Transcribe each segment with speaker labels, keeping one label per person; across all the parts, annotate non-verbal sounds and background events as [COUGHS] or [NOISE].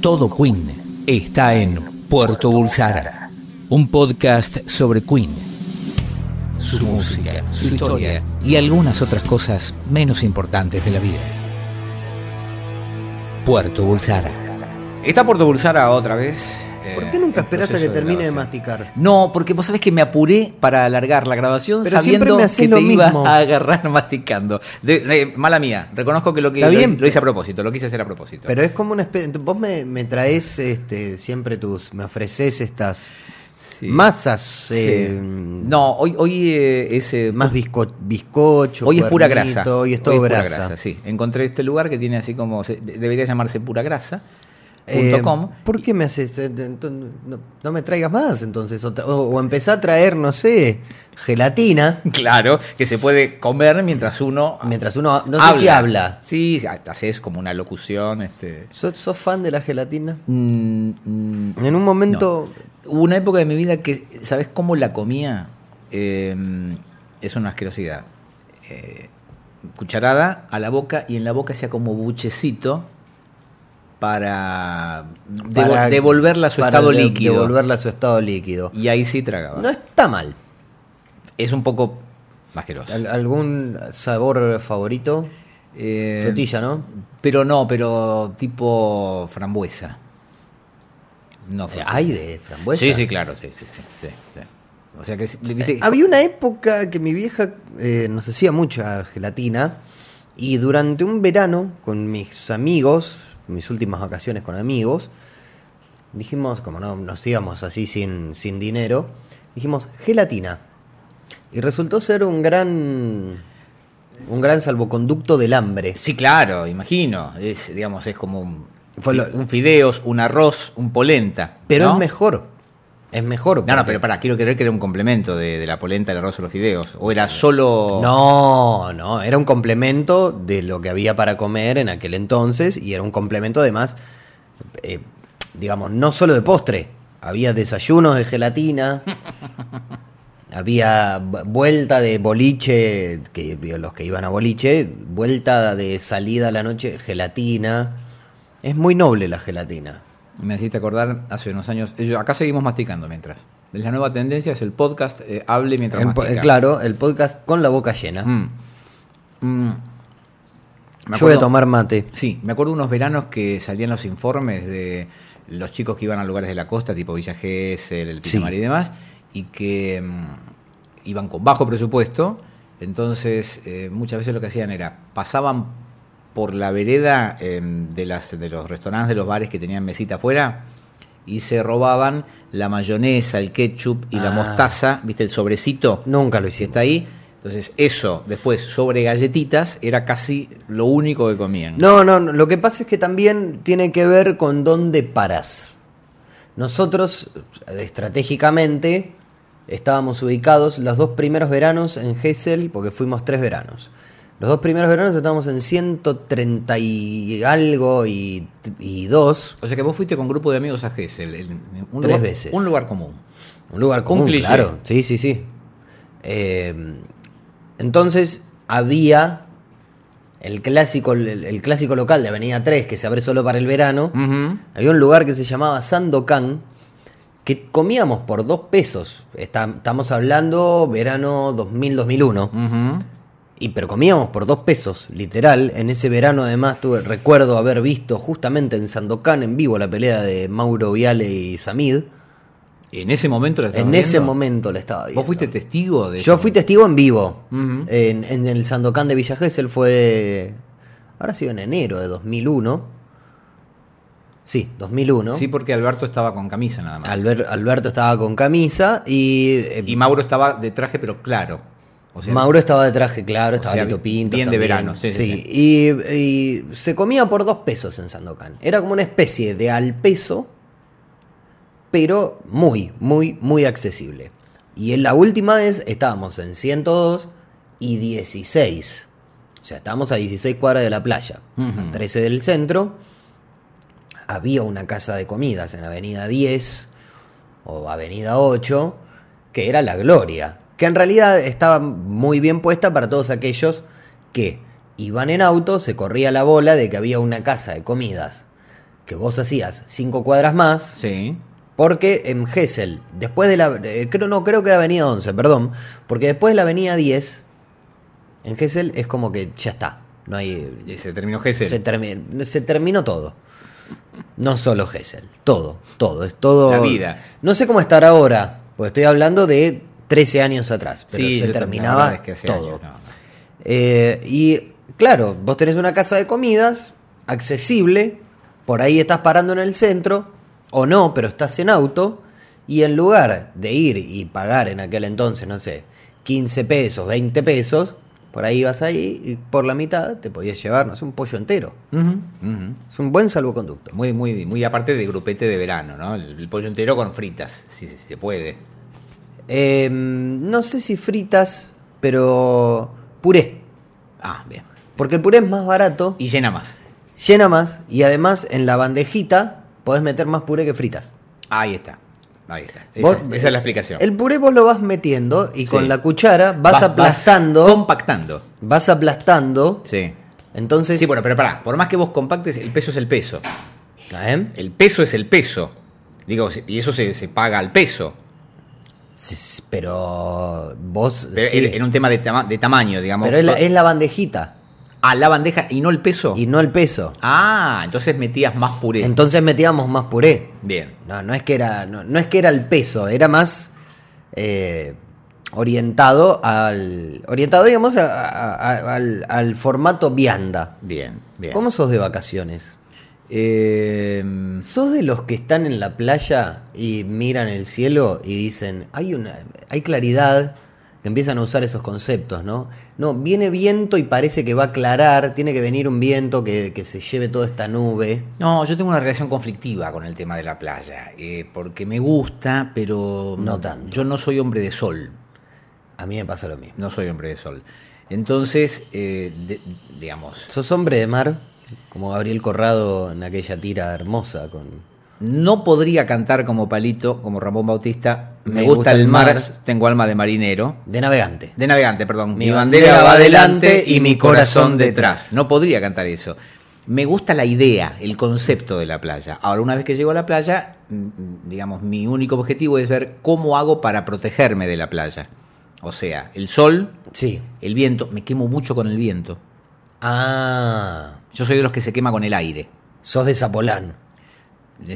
Speaker 1: Todo Queen está en Puerto Bulsara, un podcast sobre Queen, su música, su historia y algunas otras cosas menos importantes de la vida. Puerto Bulsara.
Speaker 2: Está Puerto Bulsara otra vez. eh,
Speaker 3: ¿Por qué nunca esperás a que termine de, masticar?
Speaker 2: No, porque vos sabés que me apuré para alargar la grabación
Speaker 3: Pero siempre
Speaker 2: sabiendo
Speaker 3: me
Speaker 2: que
Speaker 3: hacés
Speaker 2: te
Speaker 3: lo
Speaker 2: iba
Speaker 3: mismo.
Speaker 2: a agarrar [LAUGHS] masticando. De- de- mala mía, reconozco que lo que
Speaker 3: Está
Speaker 2: lo,
Speaker 3: bien,
Speaker 2: hice, lo hice a propósito, lo quise hacer a propósito.
Speaker 3: Pero es como una especie. Vos me, me traes este, siempre tus. Me ofreces estas
Speaker 2: Sí.
Speaker 3: masas.
Speaker 2: Sí.
Speaker 3: eh,
Speaker 2: no, hoy, hoy eh, es eh,
Speaker 3: Más bizco- bizcocho.
Speaker 2: Hoy es pura
Speaker 3: cuernito,
Speaker 2: grasa.
Speaker 3: Hoy es todo
Speaker 2: pura
Speaker 3: grasa.
Speaker 2: Sí, encontré este lugar que tiene así como. se- debería llamarse pura grasa.
Speaker 3: Eh,
Speaker 2: com. [LAUGHS]
Speaker 3: ¿Por qué me haces.? eh, ento- No, no me traigas más entonces. O, tra- o- o empezá a traer, no sé, gelatina.
Speaker 2: Claro, que se puede comer mientras uno.
Speaker 3: Mientras uno. No sé si habla.
Speaker 2: Sí, sí, haces como una locución. Este.
Speaker 3: ¿Sos, sos fan de la gelatina?
Speaker 2: Mm, mm,
Speaker 3: En un momento.
Speaker 2: Hubo una época de mi vida que, ¿sabes cómo la comía? Eh, es una asquerosidad. Eh, cucharada a la boca y en la boca hacía como buchecito para, devo-
Speaker 3: para-
Speaker 2: devolverla a su
Speaker 3: para
Speaker 2: estado
Speaker 3: de-
Speaker 2: líquido.
Speaker 3: Devolverla a su estado líquido.
Speaker 2: Y ahí sí tragaba.
Speaker 3: No está mal.
Speaker 2: Es un poco asqueroso.
Speaker 3: Al- ¿Algún sabor favorito?
Speaker 2: Eh,
Speaker 3: Frutilla, ¿no?
Speaker 2: Pero no, pero tipo frambuesa. No,
Speaker 3: Eh,
Speaker 2: frutilla.
Speaker 3: Hay de frambuesa.
Speaker 2: Sí, sí, claro, sí, sí, sí, sí, sí. O sea que... sí, viste,
Speaker 3: Eh, Había una época que mi vieja eh, nos hacía mucha gelatina y durante un verano con mis amigos, mis últimas vacaciones con amigos, dijimos, como no nos íbamos así sin, sin dinero, dijimos gelatina. Y resultó ser un gran un gran salvoconducto del hambre.
Speaker 2: Sí, claro, imagino. Es, digamos, es como un,
Speaker 3: Fue lo-
Speaker 2: un fideos, un arroz, un polenta.
Speaker 3: Pero
Speaker 2: ¿no?
Speaker 3: es mejor. Es mejor.
Speaker 2: No, no,
Speaker 3: porque-
Speaker 2: pero pará, quiero creer que era un complemento de, de la polenta, el arroz o los fideos. O era solo...
Speaker 3: No, no, era un complemento de lo que había para comer en aquel entonces y era un complemento además, eh, digamos, no solo de postre, había desayunos de gelatina,
Speaker 2: [LAUGHS]
Speaker 3: había bu- vuelta de boliche, que digo, los que iban a boliche, vuelta de salida a la noche, gelatina. Es muy noble la gelatina.
Speaker 2: Me hiciste acordar hace unos años... eh, yo- acá seguimos masticando mientras. La nueva tendencia es el podcast eh, Hable mientras
Speaker 3: En po-
Speaker 2: mastica.
Speaker 3: claro, el podcast con la boca llena.
Speaker 2: Mm. Mm. Me
Speaker 3: Yo voy a
Speaker 2: acuerdo-
Speaker 3: tomar mate.
Speaker 2: Sí, me acuerdo unos veranos que salían los informes de los chicos que iban a lugares de la costa, tipo Villa Gesell, el Pinamar
Speaker 3: Sí.
Speaker 2: y demás, y que mm, iban con bajo presupuesto. Entonces, eh, muchas veces lo que hacían era pasaban por la vereda em, de, las, de los restaurantes, de los bares que tenían mesita afuera y se robaban la mayonesa, el ketchup y la
Speaker 3: Ah.
Speaker 2: mostaza, ¿viste? El sobrecito
Speaker 3: Nunca lo
Speaker 2: si
Speaker 3: hiciste.
Speaker 2: está ahí. Entonces, eso, después, sobre galletitas, era casi lo único que comían.
Speaker 3: No, no, no, lo que pasa es que también tiene que ver con dónde paras. Nosotros eh, estratégicamente estábamos ubicados los dos primeros veranos en Gesell, porque fuimos tres veranos. Los dos primeros veranos estábamos en 130 y algo y, y dos,
Speaker 2: O sea que vos fuiste con un grupo de amigos a Gessel. el- un
Speaker 3: Tres
Speaker 2: lugar,
Speaker 3: veces.
Speaker 2: Un lugar común.
Speaker 3: Un lugar
Speaker 2: Un
Speaker 3: común,
Speaker 2: cliché.
Speaker 3: claro. Sí, sí, sí. Eh, entonces había el clásico, el, el clásico local de Avenida 3 que se abre solo para el verano.
Speaker 2: Ujú.
Speaker 3: Había un lugar que se llamaba Sandokan que comíamos por dos pesos. Está- estamos hablando verano 2000-2001.
Speaker 2: Ujú.
Speaker 3: Y pero comíamos por dos pesos, literal. En ese verano además tuve recuerdo haber visto justamente en Sandokan en vivo la pelea de Mauro Viale y Samid.
Speaker 2: En ese momento la estabas
Speaker 3: En ese
Speaker 2: viendo.
Speaker 3: momento la estaba viendo.
Speaker 2: ¿Vos fuiste testigo de
Speaker 3: Yo
Speaker 2: eso?
Speaker 3: fui testigo en vivo.
Speaker 2: Ujú.
Speaker 3: en, en el Sandokan de Villa Gesell fue. Ahora ha sido en enero de 2001. Sí, 2001.
Speaker 2: Sí, porque Alberto estaba con camisa nada más.
Speaker 3: Alber- Alberto estaba con camisa y. eh,
Speaker 2: Y Mauro estaba de traje, pero claro. O sea,
Speaker 3: Mauro estaba de traje claro,
Speaker 2: o
Speaker 3: estaba
Speaker 2: sea,
Speaker 3: Tito Pinto.
Speaker 2: bien de
Speaker 3: también.
Speaker 2: verano, sí, sí,
Speaker 3: Y, y se comía por dos pesos en Sandokan. Era como una especie de al peso, pero muy, muy, muy accesible. Y en la última vez estábamos en 102 y 16. O sea, estábamos a 16 cuadras de la playa, a 13 del centro. Había una casa de comidas en Avenida 10 o Avenida 8, que era La Gloria, que en realidad estaba muy bien puesta para todos aquellos que iban en auto, se corría la bola de que había una casa de comidas que vos hacías cinco cuadras más,
Speaker 2: Sí.
Speaker 3: porque en Gesell, después de la. eh, creo, no, creo que era Avenida 11, perdón. Porque después de la Avenida 10, en Gesell es como que ya está. No hay.
Speaker 2: Y se terminó Gesell.
Speaker 3: Se, termi- se terminó todo. No solo Gesell, todo, todo, es todo.
Speaker 2: La vida.
Speaker 3: No sé cómo estar ahora, porque estoy hablando de 13 años atrás, pero se
Speaker 2: yo también, la
Speaker 3: terminaba
Speaker 2: verdad es que hace
Speaker 3: todo.
Speaker 2: años, no, no.
Speaker 3: Eh, y claro, vos tenés una casa de comidas accesible, por ahí estás parando en el centro, o no, pero estás en auto, y en lugar de ir y pagar en aquel entonces, no sé, 15 pesos, 20 pesos, por ahí vas ahí y por la mitad te podías llevar, no sé, un pollo entero.
Speaker 2: Ujú, ujú.
Speaker 3: Es un buen salvoconducto.
Speaker 2: Muy, muy, muy aparte de grupete de verano, ¿no? El, el pollo entero con fritas, si si se puede.
Speaker 3: Eh, no sé si fritas, pero puré.
Speaker 2: Ah, bien.
Speaker 3: Porque el puré es más barato,
Speaker 2: Y llena más.
Speaker 3: llena más y además en la bandejita podés meter más puré que fritas.
Speaker 2: Ahí está. Ahí está. Esa,
Speaker 3: Vos-
Speaker 2: esa es la explicación.
Speaker 3: El puré vos lo vas metiendo y con
Speaker 2: Sí.
Speaker 3: la cuchara vas,
Speaker 2: Vas-
Speaker 3: aplastando.
Speaker 2: vas compactando.
Speaker 3: vas aplastando.
Speaker 2: Sí.
Speaker 3: Entonces.
Speaker 2: Sí, bueno, pero pará. Por más que vos compactes, el peso es el peso.
Speaker 3: ¿eh?
Speaker 2: El peso es el peso. Digo, y eso se, se paga al peso.
Speaker 3: Sí, sí, pero vos.
Speaker 2: Pero
Speaker 3: sí.
Speaker 2: en- en un tema de, tama- de tamaño, digamos.
Speaker 3: Pero es, la, es la bandejita
Speaker 2: A la bandeja y no el peso.
Speaker 3: y no el peso.
Speaker 2: Ah, entonces metías más puré.
Speaker 3: Entonces metíamos más puré.
Speaker 2: Bien.
Speaker 3: No, no es que era, no, no es que era el peso, era más eh, orientado al. Orientado, digamos, a- a- a- al, al formato vianda.
Speaker 2: Bien, bien.
Speaker 3: ¿Cómo sos de vacaciones?
Speaker 2: Eh,
Speaker 3: ¿Sos de los que están en la playa y miran el cielo y dicen, hay una hay claridad? que Empiezan a usar esos conceptos, ¿no? No, viene viento y parece que va a aclarar, tiene que venir un viento que, que se lleve toda esta nube.
Speaker 2: no, yo tengo una relación conflictiva con el tema de la playa. eh, porque me gusta, pero.
Speaker 3: No tanto.
Speaker 2: Yo no soy hombre de sol.
Speaker 3: A mí me pasa lo mismo.
Speaker 2: No soy hombre de sol. Entonces, eh, de- digamos.
Speaker 3: ¿Sos hombre de mar? Como Gabriel Corrado en aquella tira hermosa con...
Speaker 2: No podría cantar como Palito, como Ramón Bautista. Me,
Speaker 3: Me
Speaker 2: gusta,
Speaker 3: gusta
Speaker 2: el
Speaker 3: el
Speaker 2: mar,
Speaker 3: mar.
Speaker 2: tengo alma de marinero.
Speaker 3: De navegante.
Speaker 2: De navegante, perdón.
Speaker 3: Mi bandera va delante y mi corazón detrás.
Speaker 2: No podría cantar eso. Me gusta la idea, el concepto de la playa. Ahora, una vez que llego a la playa, mm, mm, digamos, mi único objetivo es ver cómo hago para protegerme de la playa. O sea, el sol,
Speaker 3: Sí.
Speaker 2: el viento, me quemo mucho con el viento.
Speaker 3: Ah,
Speaker 2: Yo soy de los que se quema con el aire.
Speaker 3: sos de Zapolán.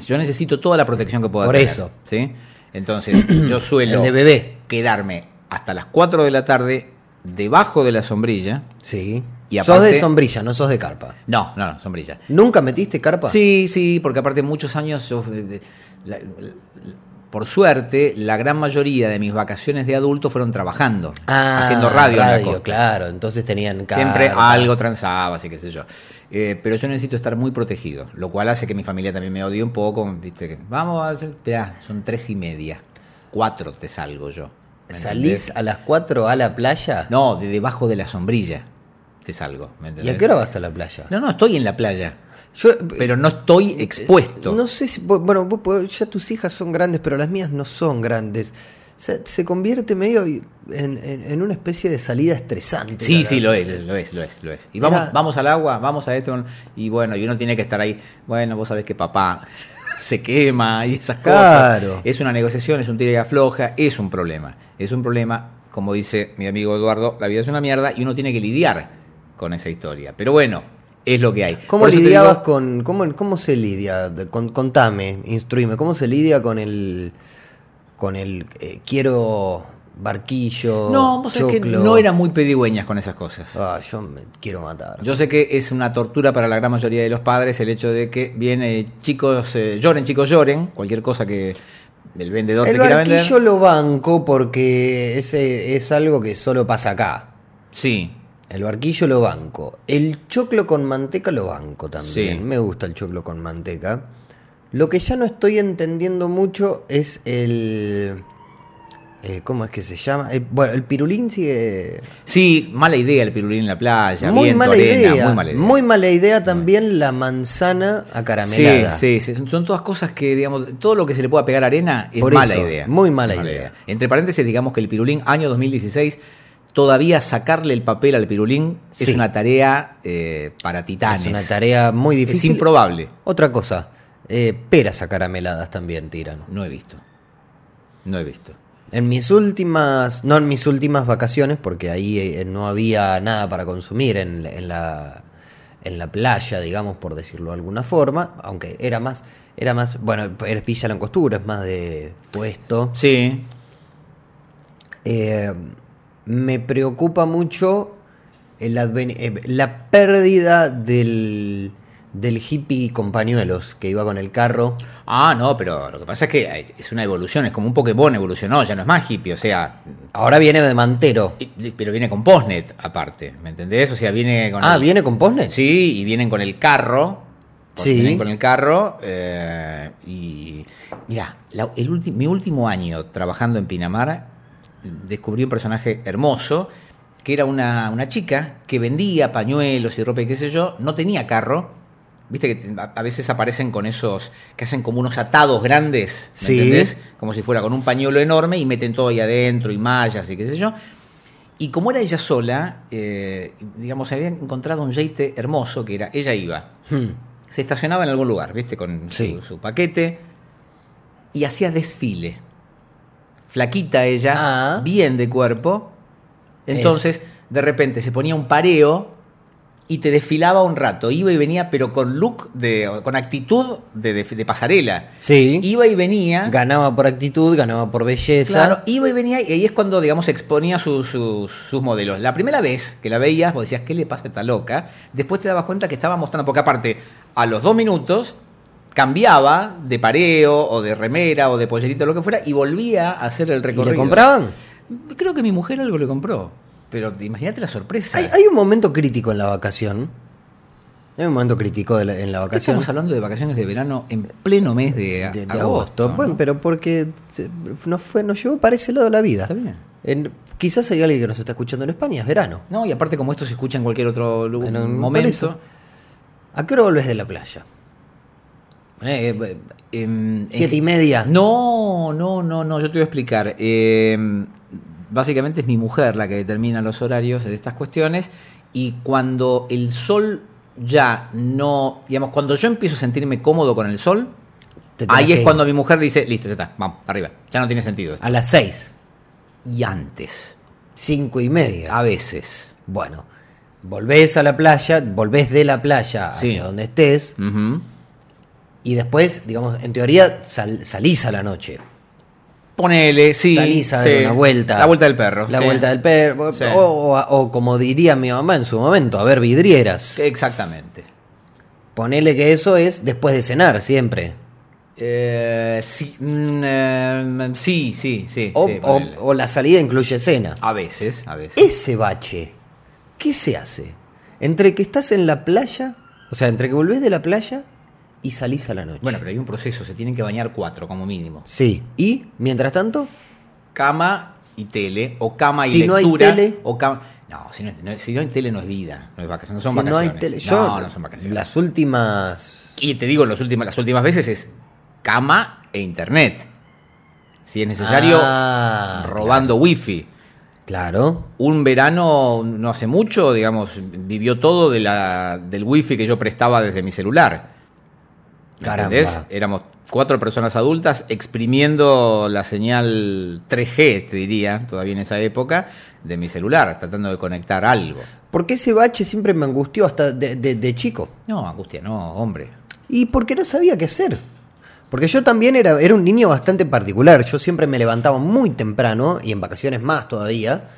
Speaker 2: Yo necesito toda la protección que pueda
Speaker 3: Por
Speaker 2: tener,
Speaker 3: eso.
Speaker 2: ¿sí? Entonces,
Speaker 3: [COUGHS]
Speaker 2: yo suelo
Speaker 3: El de bebé.
Speaker 2: quedarme hasta las 4 de la tarde debajo de la sombrilla.
Speaker 3: Sí.
Speaker 2: Y
Speaker 3: sos de
Speaker 2: aparte-
Speaker 3: sombrilla, no sos de carpa.
Speaker 2: No, no, no, sombrilla.
Speaker 3: ¿Nunca metiste carpa?
Speaker 2: Sí, sí, porque aparte muchos años, yo, eh, de- la- la- por suerte, la gran mayoría de mis vacaciones de adulto fueron trabajando,
Speaker 3: Ah,
Speaker 2: haciendo radio, en la costa.
Speaker 3: claro. Entonces tenían carpa.
Speaker 2: Siempre algo transaba, así que sé yo. Eh, pero yo necesito estar muy protegido, lo cual hace que mi familia también me odie un poco. Viste que, vamos a hacer, esperá, son tres y media, cuatro te salgo yo. ¿me
Speaker 3: ¿Salís
Speaker 2: entendés?
Speaker 3: a las 4 a la playa?
Speaker 2: No, de debajo de la sombrilla te salgo. ¿me
Speaker 3: ¿Y
Speaker 2: entendés?
Speaker 3: a qué hora vas a la playa?
Speaker 2: No, no, estoy en la playa,
Speaker 3: Yo,
Speaker 2: pero no estoy expuesto.
Speaker 3: Eh, No sé si. Bueno, vos podés- ya tus hijas son grandes, pero las mías no son grandes. O sea, se convierte medio y- en, en- en una especie de salida estresante.
Speaker 2: Sí,
Speaker 3: la
Speaker 2: sí, lo
Speaker 3: verdad.
Speaker 2: es, lo es, lo es, lo es. Y
Speaker 3: Era-
Speaker 2: vamos, vamos al agua, vamos a esto, y bueno, y uno tiene que estar ahí. Bueno, vos sabés que papá [LAUGHS] se quema y esas
Speaker 3: Claro.
Speaker 2: cosas. Es una negociación, es un tira y afloja, es un problema. Es un problema, como dice mi amigo Eduardo, la vida es una mierda y uno tiene que lidiar con esa historia. Pero bueno, es lo que hay.
Speaker 3: ¿Cómo
Speaker 2: Por eso te
Speaker 3: lidiabas
Speaker 2: digo-
Speaker 3: con. Cómo, ¿Cómo se lidia? De- con- contame, instruime. ¿Cómo se lidia con el. con el. eh, quiero barquillo.
Speaker 2: No, vos sabés que
Speaker 3: choclo?
Speaker 2: no eran muy pedigüeñas con esas cosas.
Speaker 3: Ah, yo me quiero matar.
Speaker 2: Yo sé que es una tortura para la gran mayoría de los padres el hecho de que viene chicos eh, lloren, chicos lloren, cualquier cosa que el vendedor
Speaker 3: el
Speaker 2: te quiera vender.
Speaker 3: barquillo lo banco porque ese es algo que solo pasa acá.
Speaker 2: Sí.
Speaker 3: El barquillo lo banco. El choclo con manteca lo banco también.
Speaker 2: Sí.
Speaker 3: Me gusta el choclo con manteca. Lo que ya no estoy entendiendo mucho es el. eh, ¿Cómo es que se llama? El- bueno, el pirulín sigue.
Speaker 2: Sí, mala idea el pirulín en la playa,
Speaker 3: muy,
Speaker 2: viento,
Speaker 3: mala
Speaker 2: arena,
Speaker 3: idea.
Speaker 2: muy mala idea.
Speaker 3: idea también la manzana
Speaker 2: Sí,
Speaker 3: acaramelada.
Speaker 2: sí, sí, son todas cosas que, digamos, todo lo que se le pueda pegar arena es
Speaker 3: Por
Speaker 2: mala
Speaker 3: eso,
Speaker 2: idea.
Speaker 3: muy mala
Speaker 2: Es
Speaker 3: idea.
Speaker 2: Entre paréntesis, digamos que el pirulín, año 2016, todavía sacarle el papel al pirulín es
Speaker 3: Sí.
Speaker 2: una tarea eh, para titanes.
Speaker 3: Es una tarea muy difícil.
Speaker 2: Es improbable.
Speaker 3: Otra cosa, Eh, peras acarameladas también tiran.
Speaker 2: No he visto. No he visto.
Speaker 3: En mis últimas, no en mis últimas vacaciones, porque ahí eh, no había nada para consumir en, la- en la, en la playa, digamos, por decirlo de alguna forma, aunque era más, era más, bueno, era pilla la costura, es más de puesto.
Speaker 2: Sí.
Speaker 3: Eh, me preocupa mucho el adven- eh, la pérdida del, del hippie con pañuelos que iba con el carro.
Speaker 2: Ah, no, pero lo que pasa es que hay- es una evolución, es como un Pokémon evolucionó, ya no es más hippie, o sea,
Speaker 3: Ahora viene de mantero.
Speaker 2: y- y- pero viene con Postnet aparte, ¿me entendés? O sea, viene con
Speaker 3: Ah,
Speaker 2: el-
Speaker 3: ¿viene con posnet?
Speaker 2: Sí, y vienen con el carro. porque
Speaker 3: Sí.
Speaker 2: Vienen con el carro. eh, y mira, la- el ulti- mi último año trabajando en Pinamar, descubrí un personaje hermoso, que era una, una chica que vendía pañuelos y ropa y qué sé yo, no tenía carro. Viste que te- a- a veces aparecen con esos que hacen como unos atados grandes, ¿me
Speaker 3: Sí.
Speaker 2: entendés? Como si fuera con un pañuelo enorme y meten todo ahí adentro y mallas y qué sé yo. Y como era ella sola, eh, digamos, había encontrado un jeite hermoso que era, ella iba,
Speaker 3: Hmm.
Speaker 2: se estacionaba en algún lugar, ¿viste? Con su-
Speaker 3: Sí.
Speaker 2: su, paquete y hacía desfile. Flaquita ella,
Speaker 3: Ah.
Speaker 2: bien de cuerpo.
Speaker 3: Es-
Speaker 2: Entonces, de repente se ponía un pareo y te desfilaba un rato. Iba y venía, pero con look, de, con actitud de, de- de pasarela.
Speaker 3: Sí.
Speaker 2: Iba y venía.
Speaker 3: Ganaba por actitud, ganaba por belleza.
Speaker 2: ¿Eh? Claro, iba y venía y ahí es cuando, digamos, exponía su- su- sus modelos. La primera vez que la veías, vos decías, ¿qué le pasa a esta loca? Después te dabas cuenta que estaba mostrando, porque aparte, a los dos minutos cambiaba de pareo o de remera o de pollerito, lo que fuera, y volvía a hacer el
Speaker 3: ¿Y
Speaker 2: recorrido.
Speaker 3: le compraban?
Speaker 2: Creo que mi mujer algo le compró, pero imagínate la sorpresa.
Speaker 3: Hay, hay un momento crítico en la vacación. Hay un momento crítico de la- en la
Speaker 2: ¿Por qué
Speaker 3: vacación.
Speaker 2: estamos hablando de vacaciones de verano en pleno mes de,
Speaker 3: De, de
Speaker 2: agosto.
Speaker 3: agosto.
Speaker 2: ¿no?
Speaker 3: Bueno, pero porque se- nos, fue, nos llevó para ese lado de la vida.
Speaker 2: Está bien.
Speaker 3: En- quizás hay alguien que nos está escuchando en España, es verano.
Speaker 2: No, y aparte como esto se escucha en cualquier otro lu-
Speaker 3: Bueno, por
Speaker 2: momento,
Speaker 3: eso. ¿A qué hora volvés de la playa? Eh, eh, eh,
Speaker 2: em, en
Speaker 3: siete y media.
Speaker 2: No, no, no, no, yo te voy a explicar. Eh, básicamente es mi mujer la que determina los horarios de estas cuestiones y cuando el sol ya no, digamos, cuando yo empiezo a sentirme cómodo con el sol,
Speaker 3: Te tenés
Speaker 2: ahí
Speaker 3: que
Speaker 2: es
Speaker 3: ir.
Speaker 2: cuando mi mujer dice, listo, ya está, vamos, arriba, ya no tiene sentido. esto".
Speaker 3: A las seis, Ah.
Speaker 2: Y antes,
Speaker 3: cinco y media.
Speaker 2: a veces.
Speaker 3: Bueno, volvés a la playa, volvés de la playa hacia
Speaker 2: Sí.
Speaker 3: donde estés
Speaker 2: Ujú.
Speaker 3: y después, digamos, en teoría sal- salís a la noche.
Speaker 2: Ponele, sí.
Speaker 3: salís a dar
Speaker 2: sí.
Speaker 3: una vuelta.
Speaker 2: La vuelta del perro.
Speaker 3: La
Speaker 2: sí.
Speaker 3: vuelta del perro.
Speaker 2: Sí.
Speaker 3: O, o- o como diría mi mamá en su momento, a ver vidrieras.
Speaker 2: Exactamente.
Speaker 3: Ponele que eso es después de cenar siempre.
Speaker 2: Eh, sí, mm, eh, sí, sí, sí.
Speaker 3: O,
Speaker 2: sí,
Speaker 3: o-
Speaker 2: ponele.
Speaker 3: o la salida incluye cena.
Speaker 2: A veces, a veces.
Speaker 3: Ese bache, ¿qué se hace? Entre que estás en la playa, o sea, entre que volvés de la playa y salís a la noche.
Speaker 2: Bueno, pero hay un proceso, se tienen que bañar cuatro como mínimo.
Speaker 3: Sí. Y, mientras tanto,
Speaker 2: Cama y tele, o cama y
Speaker 3: Si no hay
Speaker 2: lectura.
Speaker 3: tele-
Speaker 2: o cama... No, si no, no- si no hay tele no es vida, no es vacaciones, no son
Speaker 3: si no
Speaker 2: vacaciones.
Speaker 3: hay tele. yo-
Speaker 2: no, no son vacaciones.
Speaker 3: Las últimas.
Speaker 2: Y te digo, los últimos, las últimas veces es cama e internet. Si es necesario,
Speaker 3: Ah,
Speaker 2: robando wifi.
Speaker 3: Claro.
Speaker 2: Un verano, no hace mucho, digamos, vivió todo de la, del wifi que yo prestaba desde mi celular. ¿Me
Speaker 3: Caramba.
Speaker 2: entendés? Éramos cuatro personas adultas exprimiendo la señal 3G, te diría, todavía en esa época, de mi celular, tratando de conectar algo.
Speaker 3: Porque ese bache siempre me angustió hasta de, de- de chico.
Speaker 2: No, angustia, no, hombre.
Speaker 3: Y porque no sabía qué hacer. Porque yo también era, era un niño bastante particular. Yo siempre me levantaba muy temprano y en vacaciones más todavía.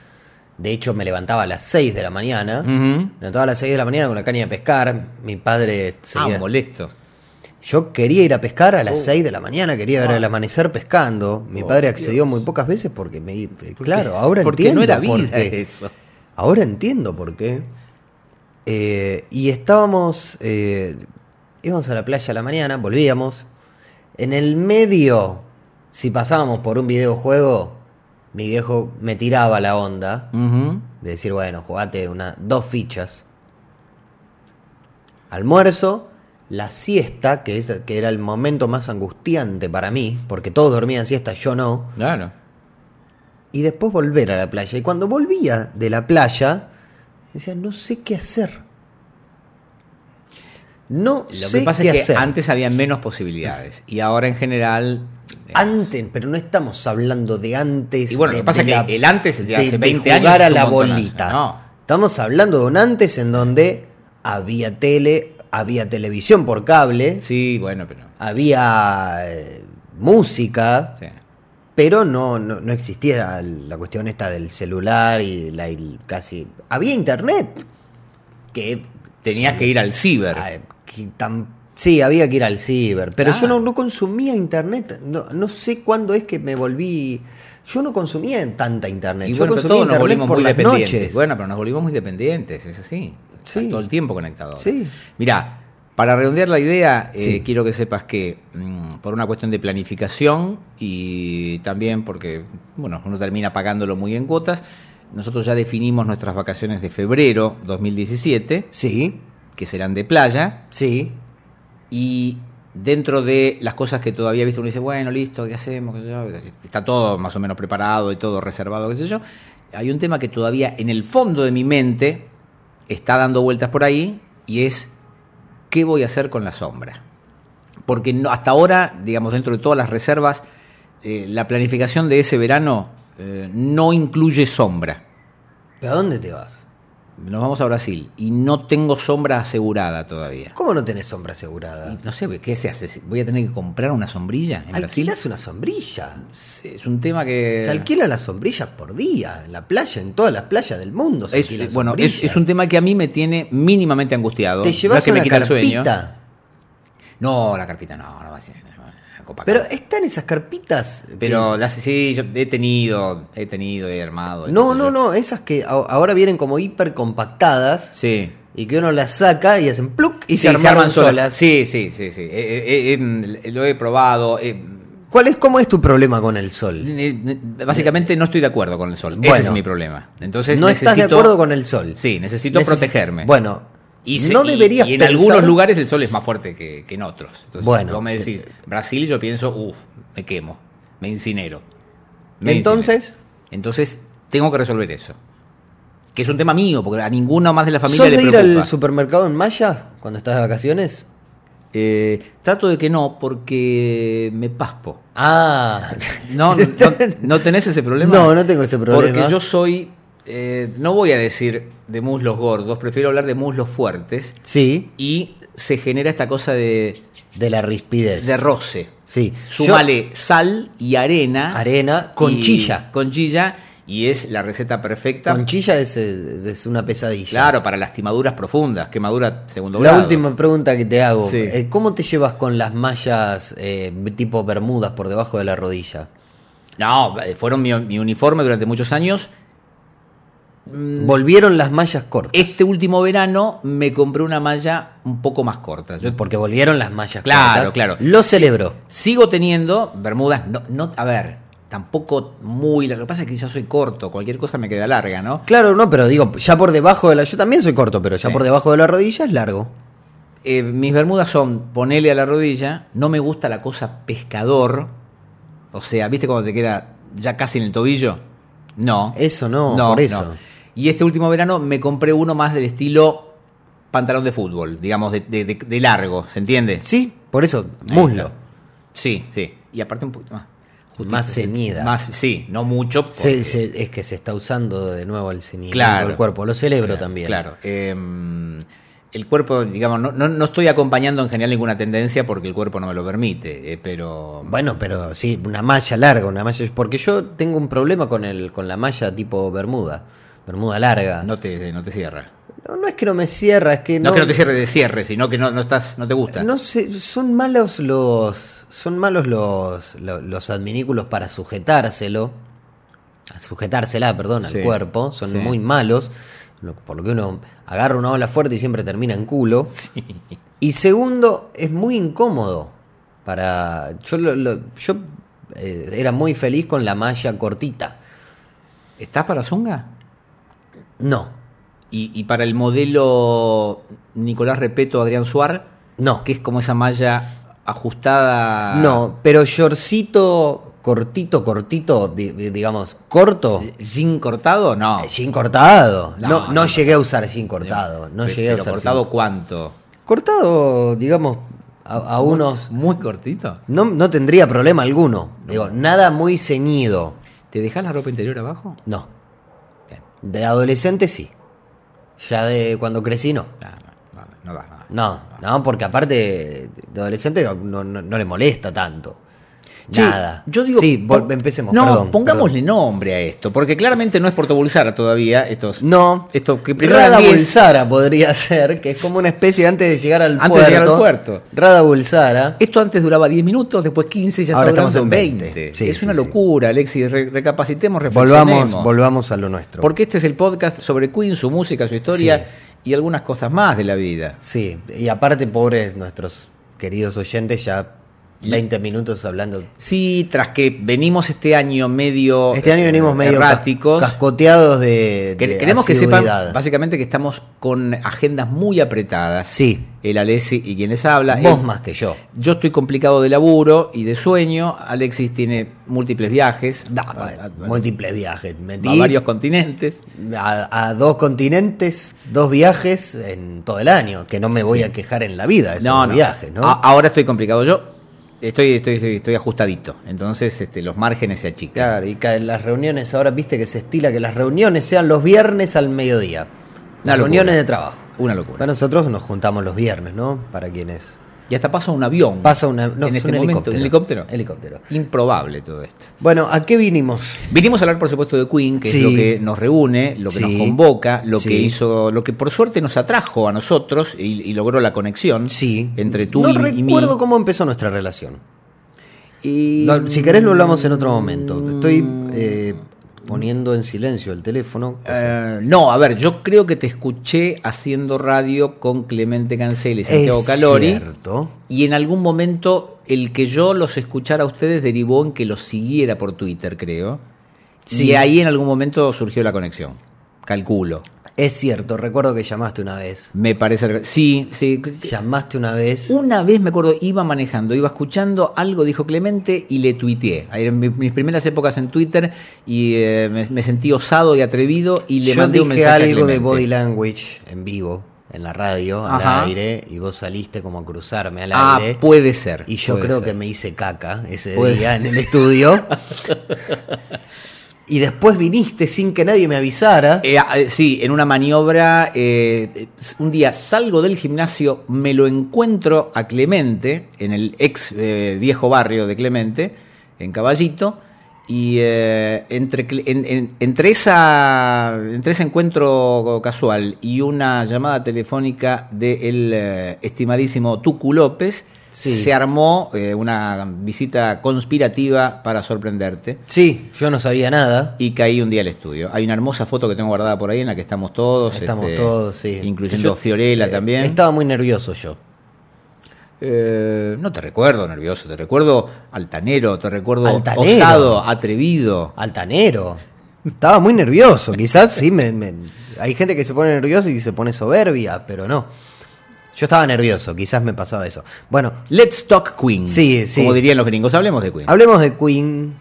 Speaker 3: De hecho, me levantaba a las 6 de la mañana.
Speaker 2: Ujú.
Speaker 3: Me levantaba a las 6 de la mañana con la caña de pescar. Mi padre
Speaker 2: Ah,
Speaker 3: seguía-
Speaker 2: molesto.
Speaker 3: Yo quería ir a pescar a las 6 de la mañana, quería ver el amanecer pescando. Mi
Speaker 2: Ah. Oh,
Speaker 3: padre accedió muy pocas veces porque me. claro,
Speaker 2: Porque-
Speaker 3: ahora
Speaker 2: porque
Speaker 3: entiendo.
Speaker 2: no era vida
Speaker 3: por qué.
Speaker 2: eso.
Speaker 3: Ahora entiendo por qué. Eh, y estábamos. eh, íbamos a la playa a la mañana, volvíamos. En el medio, si pasábamos por un videojuego, mi viejo me tiraba la onda
Speaker 2: Ujú.
Speaker 3: de decir, bueno, jugate una, dos fichas. Almuerzo, la siesta, que, es, que era el momento más angustiante para mí, porque todos dormían siesta, yo no.
Speaker 2: Claro.
Speaker 3: Y después volver a la playa. Y cuando volvía de la playa, decía, no sé qué hacer. No
Speaker 2: Lo
Speaker 3: sé
Speaker 2: que pasa
Speaker 3: qué
Speaker 2: es que
Speaker 3: hacer.
Speaker 2: antes había menos posibilidades y ahora en general... eh,
Speaker 3: Antes, pero no estamos hablando de antes.
Speaker 2: Y bueno, lo
Speaker 3: de-
Speaker 2: que pasa
Speaker 3: de
Speaker 2: es que
Speaker 3: la-
Speaker 2: el antes de hace 20 años
Speaker 3: jugar a
Speaker 2: es un
Speaker 3: la
Speaker 2: montonazo,
Speaker 3: bolita.
Speaker 2: no.
Speaker 3: Estamos hablando de un antes en donde había tele, había televisión por cable,
Speaker 2: sí, bueno, pero...
Speaker 3: había eh, música,
Speaker 2: sí.
Speaker 3: pero no, no, no existía la cuestión esta del celular y la y casi. Había internet. Que
Speaker 2: Tenías que ir al ciber. Ah.
Speaker 3: Ah, que tam- sí, había que ir al ciber. Pero yo
Speaker 2: Claro.
Speaker 3: no, no consumía internet. No, no sé cuándo es que me volví. Yo no consumía tanta internet.
Speaker 2: y
Speaker 3: yo
Speaker 2: bueno, pero
Speaker 3: consumía
Speaker 2: todos nos
Speaker 3: internet
Speaker 2: volvimos
Speaker 3: por
Speaker 2: muy
Speaker 3: las
Speaker 2: dependientes.
Speaker 3: noches.
Speaker 2: Bueno, pero nos volvimos muy dependientes, es así. Estás
Speaker 3: Sí.
Speaker 2: Todo el tiempo conectado.
Speaker 3: Sí.
Speaker 2: Mirá, para redondear la idea, eh,
Speaker 3: Sí.
Speaker 2: quiero que sepas que mm, por una cuestión de planificación y también porque, bueno, uno termina pagándolo muy en cuotas, nosotros ya definimos nuestras vacaciones de febrero 2017,
Speaker 3: Sí,
Speaker 2: que serán de playa.
Speaker 3: sí.
Speaker 2: Y dentro de las cosas que todavía viste, uno dice, bueno, listo, ¿qué hacemos? ¿Qué sé yo? Está todo más o menos preparado y todo reservado, qué sé yo. Hay un tema que todavía en el fondo de mi mente está dando vueltas por ahí y es, ¿qué voy a hacer con la sombra? Porque no- hasta ahora, digamos, dentro de todas las reservas, eh, la planificación de ese verano eh, no incluye sombra.
Speaker 3: ¿Pero a dónde te vas?
Speaker 2: Nos vamos a Brasil y no tengo sombra asegurada todavía.
Speaker 3: ¿Cómo no tenés sombra asegurada?
Speaker 2: Y No sé, ¿qué se hace? ¿Voy a tener que comprar una sombrilla en Brasil?
Speaker 3: Alquilás una sombrilla.
Speaker 2: Es- Es un tema que...
Speaker 3: Se alquilan las sombrillas por día, en la playa, en todas las playas del mundo. se
Speaker 2: es-
Speaker 3: alquilan
Speaker 2: bueno, es,
Speaker 3: sombrillas.
Speaker 2: es un tema que a mí me tiene mínimamente angustiado.
Speaker 3: Te
Speaker 2: No
Speaker 3: llevas
Speaker 2: es que
Speaker 3: una
Speaker 2: me quita el sueño.
Speaker 3: carpita.
Speaker 2: No, la carpita no, no va a ser. no, a
Speaker 3: Pero eh,
Speaker 2: Copacabana.
Speaker 3: están esas carpitas. que-
Speaker 2: Pero las- sí, yo he tenido, he tenido, he armado. he
Speaker 3: No,
Speaker 2: qué sé
Speaker 3: no,
Speaker 2: yo.
Speaker 3: no. Esas que a- ahora vienen como hiper compactadas.
Speaker 2: Sí.
Speaker 3: Y que uno las saca y hacen pluk y
Speaker 2: Sí,
Speaker 3: se armaron
Speaker 2: arman
Speaker 3: solas.
Speaker 2: Sí, sí, sí, sí. Eh, eh, eh, eh, lo he probado. eh,
Speaker 3: ¿Cuál es, ¿Cómo es tu problema con el sol?
Speaker 2: eh, básicamente no estoy de acuerdo con el sol. Ese
Speaker 3: Bueno.
Speaker 2: es mi problema. Entonces
Speaker 3: no
Speaker 2: necesito,
Speaker 3: estás de acuerdo con el sol.
Speaker 2: Sí, necesito
Speaker 3: Neces-
Speaker 2: protegerme.
Speaker 3: Bueno,
Speaker 2: Y se-
Speaker 3: no
Speaker 2: y-
Speaker 3: deberías
Speaker 2: y en
Speaker 3: pensar-
Speaker 2: algunos lugares el sol es más fuerte que, que en otros. Entonces,
Speaker 3: Bueno. eh,
Speaker 2: vos me decís, Brasil, yo pienso, uff, me quemo, me incinero. me
Speaker 3: Entonces,
Speaker 2: incinero. Entonces, tengo que resolver eso. Que es un tema mío, porque a ninguno más de la familia
Speaker 3: ¿sos
Speaker 2: le
Speaker 3: de ir
Speaker 2: preocupa.
Speaker 3: al supermercado en Maya cuando estás de vacaciones?
Speaker 2: Eh, trato de que no, porque me paspo. [LAUGHS]
Speaker 3: Ah,
Speaker 2: No,
Speaker 3: [LAUGHS]
Speaker 2: no, no tenés ese problema.
Speaker 3: No, no tengo ese problema.
Speaker 2: Porque yo soy, eh, no voy a decir de muslos gordos, prefiero hablar de muslos fuertes.
Speaker 3: sí,
Speaker 2: Y se genera esta cosa de,
Speaker 3: de la rispidez.
Speaker 2: de roce.
Speaker 3: Sí.
Speaker 2: Súmale sal y arena.
Speaker 3: Arena,
Speaker 2: y-
Speaker 3: conchilla.
Speaker 2: Conchilla. Y es la receta perfecta.
Speaker 3: Conchilla es, eh, es una pesadilla.
Speaker 2: Claro, para las lastimaduras profundas. Quemadura segundo
Speaker 3: La
Speaker 2: grado.
Speaker 3: última pregunta que te hago.
Speaker 2: Sí.
Speaker 3: eh, ¿Cómo te llevas con las mallas eh, tipo bermudas por debajo de la rodilla?
Speaker 2: No, eh, fueron mi, mi uniforme durante muchos años. Mm.
Speaker 3: Volvieron las mallas cortas.
Speaker 2: Este último verano me compré una malla un poco más corta. Yo
Speaker 3: Porque volvieron las mallas
Speaker 2: Claro,
Speaker 3: cortas.
Speaker 2: claro.
Speaker 3: Lo celebró.
Speaker 2: sigo teniendo bermudas. No, no- a ver, tampoco muy. largas. Lo que pasa es que ya soy corto. Cualquier cosa me queda larga, ¿no?
Speaker 3: Claro, no, pero digo, ya por debajo de la. Yo también soy corto, pero ya
Speaker 2: Sí.
Speaker 3: por debajo de la rodilla es largo.
Speaker 2: Eh, mis bermudas son ponele a la rodilla, no me gusta la cosa pescador, o sea, ¿viste cuando te queda ya casi en el tobillo? No.
Speaker 3: Eso no, por eso.
Speaker 2: Y este último verano me compré uno más del estilo pantalón de fútbol, digamos, de, de- de- de largo, ¿se entiende?
Speaker 3: Sí, por eso,
Speaker 2: Ahí
Speaker 3: muslo.
Speaker 2: está. Sí, sí. Y aparte un poquito más. justito,
Speaker 3: Más
Speaker 2: sí.
Speaker 3: ceñida.
Speaker 2: Más, sí, no mucho. porque-
Speaker 3: Se- se- es que se está usando de nuevo el ceñimiento
Speaker 2: Claro.
Speaker 3: del cuerpo. Lo celebro también.
Speaker 2: Eh, Claro. eh, el cuerpo, digamos, no, no- no estoy acompañando en general ninguna tendencia porque el cuerpo no me lo permite, eh, pero...
Speaker 3: Bueno, pero sí, una malla larga, una malla. Porque yo tengo un problema con el, con la malla tipo bermuda. Bermuda larga. No,
Speaker 2: No te, no te cierra.
Speaker 3: no es que no me cierra, es que
Speaker 2: No,
Speaker 3: no.
Speaker 2: creo que cierre de cierre, sino que no, no estás, no te gusta.
Speaker 3: No sé, son malos los. Son malos los. lo- Los, adminículos para sujetárselo. a Sujetársela, perdón, al
Speaker 2: Sí,
Speaker 3: cuerpo. Son
Speaker 2: sí.
Speaker 3: muy malos. lo- Por lo que uno agarra una ola fuerte y siempre termina
Speaker 2: [LAUGHS]
Speaker 3: en culo. Y segundo, es muy incómodo. Para. Yo lo- lo- yo eh, era muy feliz con la malla cortita.
Speaker 2: ¿Estás para Zunga?
Speaker 3: No,
Speaker 2: Y, y para el modelo Nicolás Repeto, Adrián Suar,
Speaker 3: no.
Speaker 2: que es como esa malla ajustada.
Speaker 3: No, pero shortcito cortito, cortito, di- di- digamos, corto.
Speaker 2: ¿Jean cortado? No.
Speaker 3: Jean cortado.
Speaker 2: No,
Speaker 3: No, no,
Speaker 2: no.
Speaker 3: llegué a usar jean cortado. No
Speaker 2: Pe-
Speaker 3: llegué a
Speaker 2: pero
Speaker 3: usar
Speaker 2: cortado
Speaker 3: jean-
Speaker 2: cuánto?
Speaker 3: cortado. cortado, digamos, a, a unos...
Speaker 2: Muy cortito.
Speaker 3: No, no tendría problema alguno. Digo, nada muy ceñido.
Speaker 2: ¿Te dejas la ropa interior abajo?
Speaker 3: No. De adolescente sí. Ya de cuando crecí no.
Speaker 2: No, Ah, no, no, no da, no da.
Speaker 3: No, no, porque aparte de adolescente no, no- no le molesta tanto.
Speaker 2: Sí,
Speaker 3: Nada.
Speaker 2: Yo digo,
Speaker 3: sí, vol-
Speaker 2: pon-
Speaker 3: empecemos.
Speaker 2: No,
Speaker 3: perdón,
Speaker 2: pongámosle nombre a esto, porque claramente no es portobulsara todavía. Estos,
Speaker 3: perdón. No,
Speaker 2: esto que primero
Speaker 3: Rada
Speaker 2: eran 10.
Speaker 3: Bulsara podría [LAUGHS] ser, que es como una especie de antes de llegar al
Speaker 2: Antes de
Speaker 3: puerto.
Speaker 2: llegar al puerto.
Speaker 3: Rada Bulsara.
Speaker 2: Esto antes duraba 10 minutos, después 15, ya
Speaker 3: Ahora
Speaker 2: está
Speaker 3: estamos
Speaker 2: durando
Speaker 3: en
Speaker 2: 20.
Speaker 3: 20. Sí,
Speaker 2: es
Speaker 3: sí,
Speaker 2: una
Speaker 3: sí.
Speaker 2: locura, Alexis. Re- recapacitemos, reflexionemos.
Speaker 3: Volvamos, volvamos a lo nuestro.
Speaker 2: Porque este es el podcast sobre Queen, su música, su historia y algunas cosas más de la vida.
Speaker 3: Sí, y aparte, pobres nuestros queridos oyentes, ya 20 minutos hablando.
Speaker 2: Sí, tras que venimos este año medio
Speaker 3: Este año
Speaker 2: eh,
Speaker 3: venimos medio cas-
Speaker 2: erráticos.
Speaker 3: cascoteados de,
Speaker 2: Quere-
Speaker 3: de
Speaker 2: Queremos que sepan
Speaker 3: asiduidad.
Speaker 2: básicamente que estamos con agendas muy apretadas.
Speaker 3: Sí.
Speaker 2: El Alessi y quien les habla.
Speaker 3: Vos
Speaker 2: El-
Speaker 3: más que yo.
Speaker 2: Yo estoy complicado de laburo y de sueño. Alexis tiene múltiples viajes
Speaker 3: Da,
Speaker 2: a-
Speaker 3: pa-
Speaker 2: a-
Speaker 3: múltiples Ah, viajes. Metí
Speaker 2: a varios continentes.
Speaker 3: a, a dos continentes, dos viajes en todo el año, que no me voy a quejar en la vida, esos
Speaker 2: No, no.
Speaker 3: viajes, ¿no?
Speaker 2: A- ahora estoy complicado yo. Estoy, estoy, estoy, estoy ajustadito. Entonces, este, los márgenes se achican.
Speaker 3: Claro, y que las reuniones, ahora viste que se estila que las reuniones sean los viernes al mediodía.
Speaker 2: Una
Speaker 3: Las
Speaker 2: locura.
Speaker 3: reuniones de trabajo.
Speaker 2: Una locura.
Speaker 3: Para nosotros nos juntamos los viernes, ¿no? Para quienes.
Speaker 2: y hasta pasa un avión.
Speaker 3: Pasa una, no,
Speaker 2: en
Speaker 3: es
Speaker 2: este
Speaker 3: un
Speaker 2: momento.
Speaker 3: helicóptero.
Speaker 2: ¿Un helicóptero?
Speaker 3: Helicóptero.
Speaker 2: Improbable todo esto.
Speaker 3: Bueno, ¿a qué vinimos?
Speaker 2: Vinimos a hablar, por supuesto, de Queen, que
Speaker 3: Sí.
Speaker 2: es lo que nos reúne, lo que
Speaker 3: Sí.
Speaker 2: nos convoca, lo
Speaker 3: Sí.
Speaker 2: que hizo, lo que por suerte nos atrajo a nosotros y, y logró la conexión
Speaker 3: Sí.
Speaker 2: entre tú
Speaker 3: no
Speaker 2: y, y mí.
Speaker 3: recuerdo cómo empezó nuestra relación.
Speaker 2: Y-
Speaker 3: No, si querés lo hablamos en otro momento. Estoy eh, poniendo en silencio el teléfono. cosa-
Speaker 2: Eh, no, a ver, yo creo que te escuché haciendo radio con Clemente Cancel y Santiago
Speaker 3: Es
Speaker 2: Calori.
Speaker 3: cierto.
Speaker 2: Y en algún momento el que yo los escuchara a ustedes derivó en que los siguiera por Twitter, creo.
Speaker 3: Sí.
Speaker 2: Y ahí en algún momento surgió la conexión. Calculo.
Speaker 3: Es cierto, recuerdo que llamaste una vez.
Speaker 2: Me parece. Sí, sí.
Speaker 3: Llamaste una vez.
Speaker 2: Una vez me acuerdo, iba manejando, iba escuchando algo, dijo Clemente, y le tuiteé. Ahí Eran mi- mis primeras épocas en Twitter y eh, me, me sentí osado y atrevido y le
Speaker 3: Yo
Speaker 2: mandé un
Speaker 3: dije
Speaker 2: mensaje. a
Speaker 3: algo de
Speaker 2: Clemente.
Speaker 3: body language en vivo, en la radio, al
Speaker 2: Ajá.
Speaker 3: aire, y vos saliste como a cruzarme al
Speaker 2: Ah,
Speaker 3: aire.
Speaker 2: puede ser.
Speaker 3: ¿eh? Y yo
Speaker 2: puede
Speaker 3: creo
Speaker 2: ser.
Speaker 3: que me hice caca ese
Speaker 2: Puede-
Speaker 3: día
Speaker 2: [LAUGHS]
Speaker 3: en el estudio. y después viniste sin que nadie me avisara.
Speaker 2: Eh, ah, eh, sí, en una maniobra, eh, eh, un día salgo del gimnasio, me lo encuentro a Clemente, en el ex eh, viejo barrio de Clemente, en Caballito, y eh, entre, Cle- en- en- entre, esa, entre ese encuentro casual y una llamada telefónica del eh, estimadísimo Tucu López,
Speaker 3: Sí.
Speaker 2: se armó eh, una visita conspirativa para sorprenderte.
Speaker 3: Sí, yo no sabía nada.
Speaker 2: Y caí un día al estudio. Hay una hermosa foto que tengo guardada por ahí en la que estamos todos.
Speaker 3: Estamos
Speaker 2: este,
Speaker 3: todos, sí.
Speaker 2: Incluyendo
Speaker 3: Yo-
Speaker 2: Fiorella
Speaker 3: eh,
Speaker 2: también.
Speaker 3: Estaba muy nervioso yo.
Speaker 2: Eh, no te recuerdo nervioso, te recuerdo altanero, te recuerdo
Speaker 3: Altanero.
Speaker 2: osado, atrevido.
Speaker 3: Altanero. Estaba muy nervioso. Quizás sí, me, me- hay gente que se pone nerviosa y se pone soberbia, pero no. Yo estaba nervioso, quizás me pasaba eso. Bueno,
Speaker 2: Let's talk Queen.
Speaker 3: Sí, sí.
Speaker 2: Como dirían los gringos, hablemos de Queen.
Speaker 3: hablemos de Queen.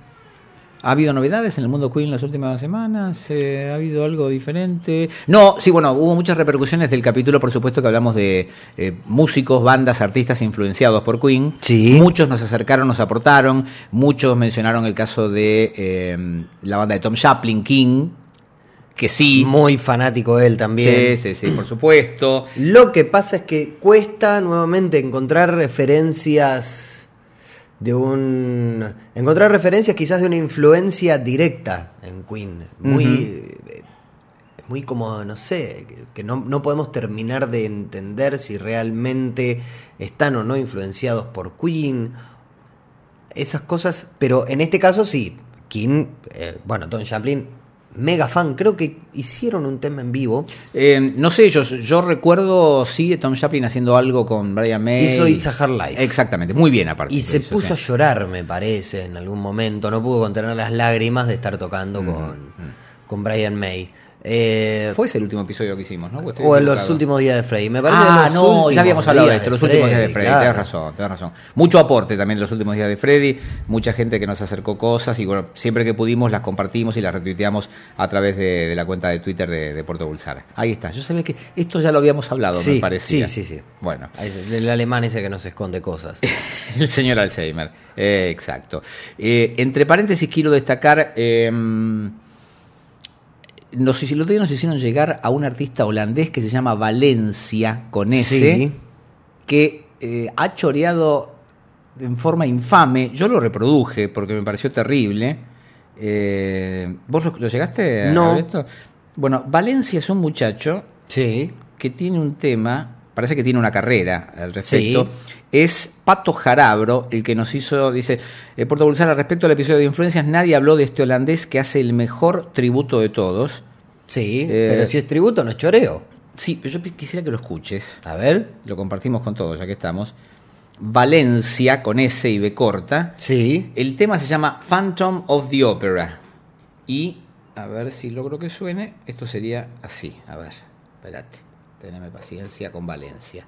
Speaker 2: ¿Ha habido novedades en el mundo Queen las últimas semanas? Eh, ¿Ha habido algo diferente? No, sí, bueno, hubo muchas repercusiones del capítulo, por supuesto, que hablamos de eh, músicos, bandas, artistas influenciados por Queen.
Speaker 3: Sí.
Speaker 2: Muchos nos acercaron, nos aportaron. Muchos mencionaron el caso de eh, la banda de Tom Chaplin, King, que sí.
Speaker 3: Muy fanático de él
Speaker 2: Sí,
Speaker 3: también.
Speaker 2: sí, sí, por supuesto.
Speaker 3: Lo que pasa es que cuesta nuevamente encontrar referencias de un. Encontrar referencias quizás de una influencia directa en Queen. Muy. eh, Muy como, no sé, que- que no, no podemos terminar de entender si realmente están o no influenciados por Queen. Esas cosas, pero en este caso sí. King, eh, bueno, Don Chaplin, mega fan, creo que hicieron un tema en vivo.
Speaker 2: Eh, no sé, yo, yo recuerdo, sí, Tom Chaplin haciendo algo con Brian May.
Speaker 3: Hizo It's a Hard Life.
Speaker 2: Exactamente, muy bien aparte.
Speaker 3: Y
Speaker 2: lo
Speaker 3: se
Speaker 2: hizo,
Speaker 3: puso
Speaker 2: sí.
Speaker 3: a llorar, me parece, en algún momento. No pudo contener las lágrimas de estar tocando con, con Brian May. Eh,
Speaker 2: Fue ese el último episodio que hicimos, ¿no? Pues estoy
Speaker 3: o en los
Speaker 2: equivocado.
Speaker 3: últimos días de Freddy. Me parece
Speaker 2: Ah,
Speaker 3: los
Speaker 2: no, ya
Speaker 3: últimos
Speaker 2: habíamos hablado de
Speaker 3: días
Speaker 2: esto, los últimos días de Freddy, tenés
Speaker 3: claro.
Speaker 2: razón, tenés razón. Mucho aporte también de los últimos días de Freddy, mucha gente que nos acercó cosas y bueno, siempre que pudimos las compartimos y las retuiteamos a través de, de la cuenta de Twitter de, de Puerto Bulsara. Ahí está, yo sabía que esto ya lo habíamos hablado,
Speaker 3: Sí,
Speaker 2: me parecía.
Speaker 3: sí, sí, sí.
Speaker 2: Bueno,
Speaker 3: Ah, ese- El alemán ese que nos esconde cosas.
Speaker 2: [LAUGHS] el señor Alzheimer, eh, exacto. Eh, entre paréntesis quiero destacar, eh, nos, hici- el otro día nos hicieron llegar a un artista holandés que se llama Valencia, con S
Speaker 3: Sí.
Speaker 2: que eh, ha choreado en forma infame. Yo lo reproduje porque me pareció terrible. Eh, ¿Vos lo, lo llegaste a
Speaker 3: No.
Speaker 2: ver esto? Bueno, Valencia es un muchacho
Speaker 3: Sí.
Speaker 2: que tiene un tema, parece que tiene una carrera al respecto.
Speaker 3: Sí.
Speaker 2: Es Pato Jarabro el que nos hizo, dice, eh, Puerto Bulsara, respecto al episodio de influencias, nadie habló de este holandés que hace el mejor tributo de todos.
Speaker 3: Sí,
Speaker 2: Eh,
Speaker 3: pero si es tributo no es choreo.
Speaker 2: Sí, pero yo quisiera que lo escuches.
Speaker 3: A ver.
Speaker 2: lo compartimos con todos, ya que estamos. Valencia, con S y B corta.
Speaker 3: Sí.
Speaker 2: El tema se llama Phantom of the Opera. Y a ver si logro que suene. Esto sería así. A ver, espérate. Teneme paciencia con Valencia.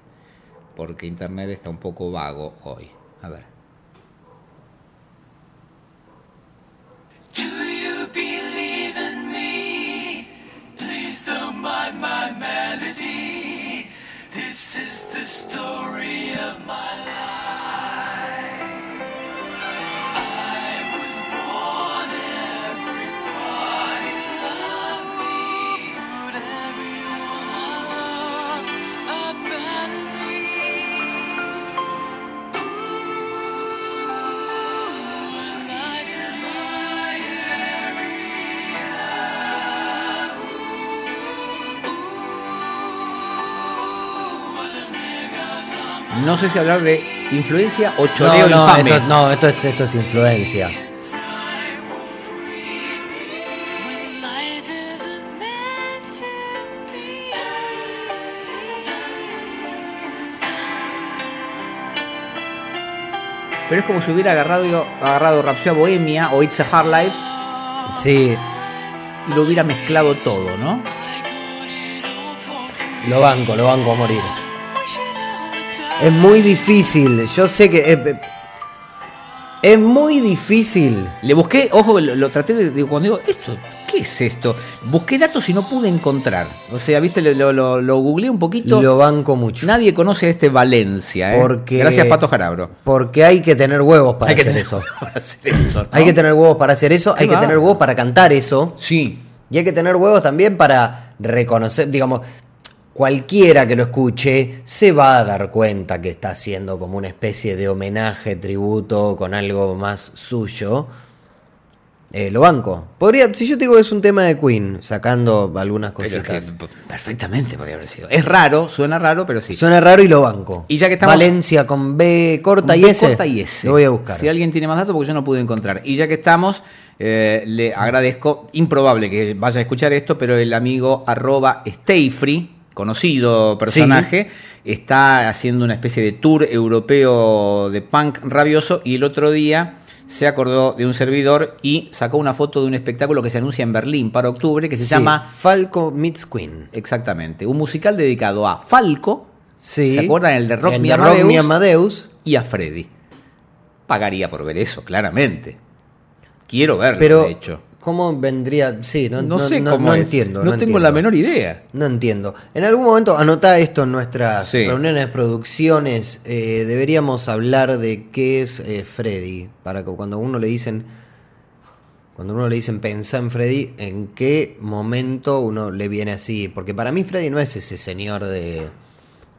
Speaker 2: Porque internet está un poco vago hoy. A ver.
Speaker 4: Do you believe in me? Please don't mind my melody. This is the story of my life. I was born, everybody loved me. But everyone I love abandoned me.
Speaker 2: No sé si hablar de influencia o
Speaker 3: No,
Speaker 2: choreo
Speaker 3: no,
Speaker 2: infame.
Speaker 3: esto, no, esto es, esto es influencia.
Speaker 4: Time will free me when life isn't meant to be.
Speaker 2: Pero es como si hubiera agarrado, agarrado Rhapsody Bohemia o It's a Hard Life
Speaker 3: Sí,
Speaker 2: y lo hubiera mezclado todo, ¿no?
Speaker 4: I got it all for free.
Speaker 3: lo banco, lo banco a morir.
Speaker 4: Wish it all the time.
Speaker 3: Es muy difícil, yo sé que... eh, eh, es muy difícil.
Speaker 2: Le busqué, ojo, lo, lo traté de, de- cuando digo, esto, ¿qué es esto? Busqué datos y no pude encontrar. O sea, viste, lo, lo- lo- lo googleé un poquito.
Speaker 3: Lo banco mucho.
Speaker 2: Nadie conoce a este Valencia, ¿eh?
Speaker 3: Porque-
Speaker 2: Gracias, Pato Jarabro. [LAUGHS]
Speaker 3: Porque hay que tener huevos para hacer
Speaker 2: tener-
Speaker 3: eso.
Speaker 2: para hacer eso, ¿no?
Speaker 3: Hay que tener huevos para hacer eso, hay que
Speaker 2: bárbaro.
Speaker 3: tener huevos para cantar eso.
Speaker 2: Sí.
Speaker 3: Y hay que tener huevos también para reconocer, digamos, cualquiera que lo escuche se va a dar cuenta que está haciendo como una especie de homenaje, tributo con algo más suyo. Eh, lo banco. Podría, si yo te digo que es un tema de Queen, sacando algunas
Speaker 2: Pero es que
Speaker 3: cositas.
Speaker 2: p- perfectamente podría haber sido. Es raro, suena raro, pero sí.
Speaker 3: Suena raro y lo banco.
Speaker 2: Y ya que estamos-
Speaker 3: Valencia con B
Speaker 2: Con
Speaker 3: corta y
Speaker 2: B
Speaker 3: S.
Speaker 2: corta y S.
Speaker 3: Lo voy a buscar.
Speaker 2: Si alguien tiene más datos, porque yo no pude encontrar. Y ya que estamos, eh, le agradezco, improbable que vaya a escuchar esto, pero el amigo arroba Stayfree, conocido personaje, está haciendo una especie de tour europeo de punk rabioso y el otro día se acordó de un servidor y sacó una foto de un espectáculo que se anuncia en Berlín para octubre que se
Speaker 3: Sí,
Speaker 2: llama
Speaker 3: Falco meets Queen.
Speaker 2: exactamente un musical dedicado a Falco
Speaker 3: Sí.
Speaker 2: ¿Se acuerdan el de Rock
Speaker 3: el
Speaker 2: Me
Speaker 3: de Rock
Speaker 2: Amadeus?
Speaker 3: Me Amadeus?
Speaker 2: y a Freddy. Pagaría por ver eso, claramente. Quiero verlo,
Speaker 3: Pero,
Speaker 2: de hecho.
Speaker 3: ¿cómo vendría? Sí, no,
Speaker 2: No,
Speaker 3: no-
Speaker 2: sé
Speaker 3: no-
Speaker 2: cómo
Speaker 3: no
Speaker 2: es.
Speaker 3: entiendo.
Speaker 2: No, tengo la
Speaker 3: entiendo.
Speaker 2: menor idea.
Speaker 3: No entiendo. En algún momento, anota esto en nuestras
Speaker 2: Sí.
Speaker 3: reuniones, producciones. eh, deberíamos hablar de qué es eh, Freddy. Para que cuando a uno le dicen. Cuando a uno le dicen pensá en Freddy, ¿en qué momento uno le viene así? Porque para mí Freddy no es ese señor de.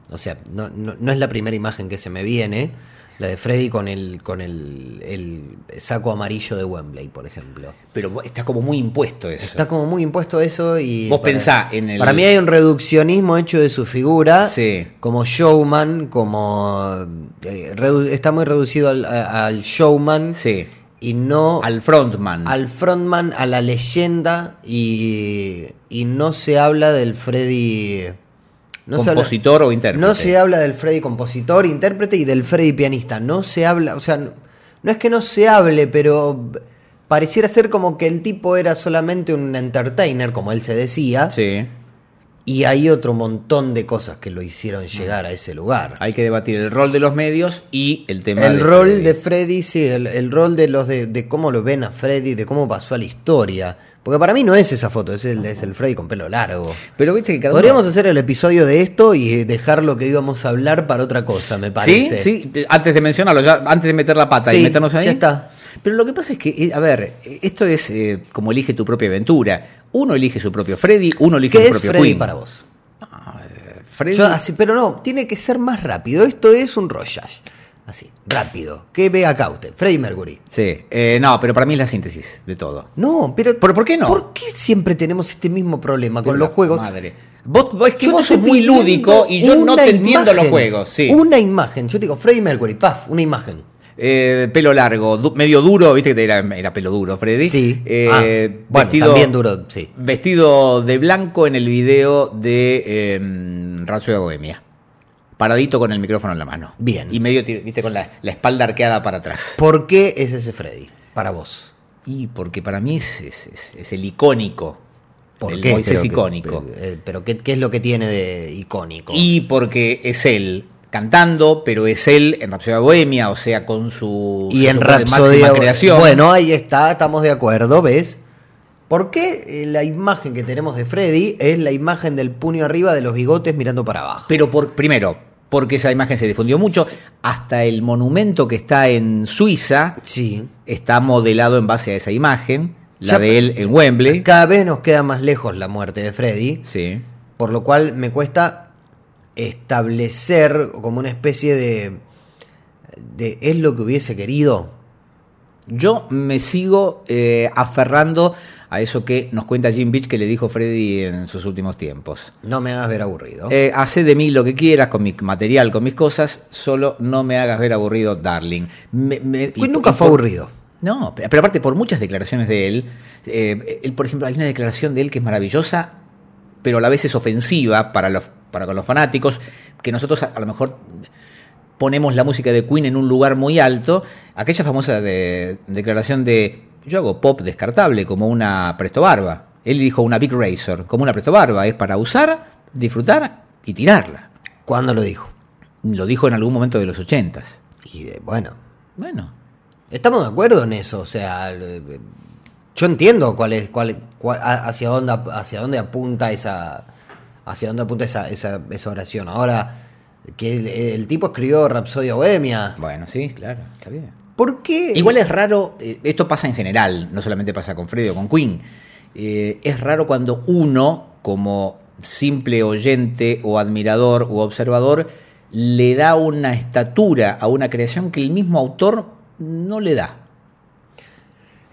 Speaker 3: O sea, no, no- no es la primera imagen que se me viene. La de Freddy con el. con el, el saco amarillo de Wembley, por ejemplo.
Speaker 2: Pero vo- está como muy impuesto eso.
Speaker 3: Está como muy impuesto eso y.
Speaker 2: Vos pensá en el-
Speaker 3: Para mí hay un reduccionismo hecho de su figura.
Speaker 2: Sí.
Speaker 3: Como showman, como. eh, redu- está muy reducido al, a- al showman.
Speaker 2: Sí.
Speaker 3: Y no. Al,
Speaker 2: Al frontman.
Speaker 3: frontman, a la leyenda. Y. Y no se habla del Freddy. No se habla-
Speaker 2: compositor o intérprete.
Speaker 3: no se habla del Freddy compositor, intérprete y del Freddy pianista. No se habla, o sea, no, no es que no se hable, pero pareciera ser como que el tipo era solamente un entertainer, como él se decía,
Speaker 2: Sí.
Speaker 3: y hay otro montón de cosas que lo hicieron llegar a ese lugar.
Speaker 2: Hay que debatir el rol de los medios y el tema
Speaker 3: El
Speaker 2: de
Speaker 3: rol
Speaker 2: Freddy.
Speaker 3: de Freddy, sí, el, el rol de los de, de cómo lo ven a Freddy, de cómo pasó a la historia. Porque para mí no es esa foto, es el, es el Freddy con pelo largo.
Speaker 2: Pero viste que cada uno-
Speaker 3: Podríamos hacer el episodio de esto y dejar lo que íbamos a hablar para otra cosa, me
Speaker 2: Sí,
Speaker 3: parece.
Speaker 2: sí, antes de mencionarlo, ya, antes de meter la pata y
Speaker 3: Sí,
Speaker 2: meternos ahí.
Speaker 3: ya está.
Speaker 2: Pero lo que pasa es que, eh, a ver, eh, esto es eh, como elige tu propia aventura. Uno elige su propio Freddy, uno elige su
Speaker 3: ¿Qué es
Speaker 2: propio
Speaker 3: Freddy
Speaker 2: Queen.
Speaker 3: para vos?
Speaker 2: Freddy-
Speaker 3: Yo así, pero no, tiene que ser más rápido. Esto es un Royash. Así, rápido. ¿Qué ve acá usted? Freddy Mercury.
Speaker 2: Sí, eh, no, pero para mí es la síntesis de todo.
Speaker 3: No, pero.
Speaker 2: ¿Pero por qué no?
Speaker 3: ¿Por qué siempre tenemos este mismo problema con
Speaker 2: Pero
Speaker 3: los
Speaker 2: la
Speaker 3: juegos?
Speaker 2: Madre. Vos, vos- es que
Speaker 3: Yo
Speaker 2: vos
Speaker 3: te estoy
Speaker 2: sos muy
Speaker 3: pidiendo
Speaker 2: lúdico y yo no
Speaker 3: una
Speaker 2: te entiendo los
Speaker 3: imagen.
Speaker 2: juegos. Sí.
Speaker 3: Una imagen. Yo te digo, Freddy Mercury, paf, una imagen.
Speaker 2: Eh, pelo largo, du- medio duro, viste que era, era pelo duro, Freddy.
Speaker 3: Sí.
Speaker 2: Eh,
Speaker 3: Ah, bueno, también duro, sí.
Speaker 2: Vestido de blanco en el video de eh, Rhapsody de Bohemia. Paradito con el micrófono en la mano.
Speaker 3: Bien.
Speaker 2: Y medio, tir- viste, con la, la espalda arqueada para atrás.
Speaker 3: ¿Por qué es ese Freddy? Para vos.
Speaker 2: Y porque para mí es, es- es- es el icónico.
Speaker 3: ¿Por
Speaker 2: el
Speaker 3: qué?
Speaker 2: Moisés
Speaker 3: Pero que-
Speaker 2: icónico.
Speaker 3: eh, pero ¿qué, ¿qué es lo que tiene de icónico?
Speaker 2: Y porque es él cantando, pero es él en Rhapsody de Bohemia, o sea, con su,
Speaker 3: Y
Speaker 2: su
Speaker 3: en
Speaker 2: grupo de
Speaker 3: Rapsodia.
Speaker 2: máxima creación.
Speaker 3: Bueno, ahí está, estamos de acuerdo, ¿ves? ¿Por qué eh, la imagen que tenemos de Freddy es la imagen del puño arriba de los bigotes mirando para abajo?
Speaker 2: Pero por, primero, porque esa imagen se difundió mucho, hasta el monumento que está en Suiza
Speaker 3: Sí.
Speaker 2: está modelado en base a esa imagen, la
Speaker 3: Ya-
Speaker 2: de él en Wembley.
Speaker 3: Cada vez nos queda más lejos la muerte de Freddy,
Speaker 2: Sí.
Speaker 3: por lo cual me cuesta establecer como una especie de... de es lo que hubiese querido.
Speaker 2: Yo me sigo eh, aferrando a eso que nos cuenta Jim Beach que le dijo Freddy en sus últimos tiempos.
Speaker 3: No me hagas ver aburrido.
Speaker 2: Eh, hacé de mí lo que quieras con mi material, con mis cosas, solo no me hagas ver aburrido, darling. Me- me-
Speaker 3: Pues
Speaker 2: y-
Speaker 3: nunca
Speaker 2: y por-
Speaker 3: fue aburrido.
Speaker 2: No, pero pero aparte por muchas declaraciones de él, eh, él, por ejemplo, hay una declaración de él que es maravillosa, pero a la vez es ofensiva para los, para con los fanáticos, que nosotros a, a lo mejor ponemos la música de Queen en un lugar muy alto. Aquella famosa de- declaración de yo hago pop descartable como una presto barba. Él dijo una Big Razor, como una presto barba, es para usar, disfrutar y tirarla.
Speaker 3: ¿Cuándo lo dijo?
Speaker 2: Lo dijo en algún momento de los ochentas.
Speaker 3: Y eh, bueno,
Speaker 2: Bueno,
Speaker 3: Estamos de acuerdo en eso, o sea, el- yo entiendo cuál es, cuál, cuál- a- hacia dónde, ap- hacia dónde apunta esa, hacia dónde apunta esa, esa, esa oración. Ahora que el, el tipo escribió Rapsodia Bohemia,
Speaker 2: bueno, sí, claro, está bien.
Speaker 3: ¿por qué?
Speaker 2: Igual es raro, eh, esto pasa en general, no solamente pasa con Freddy o con Queen. eh, es raro cuando uno, como simple oyente o admirador o observador, le da una estatura a una creación que el mismo autor no le da.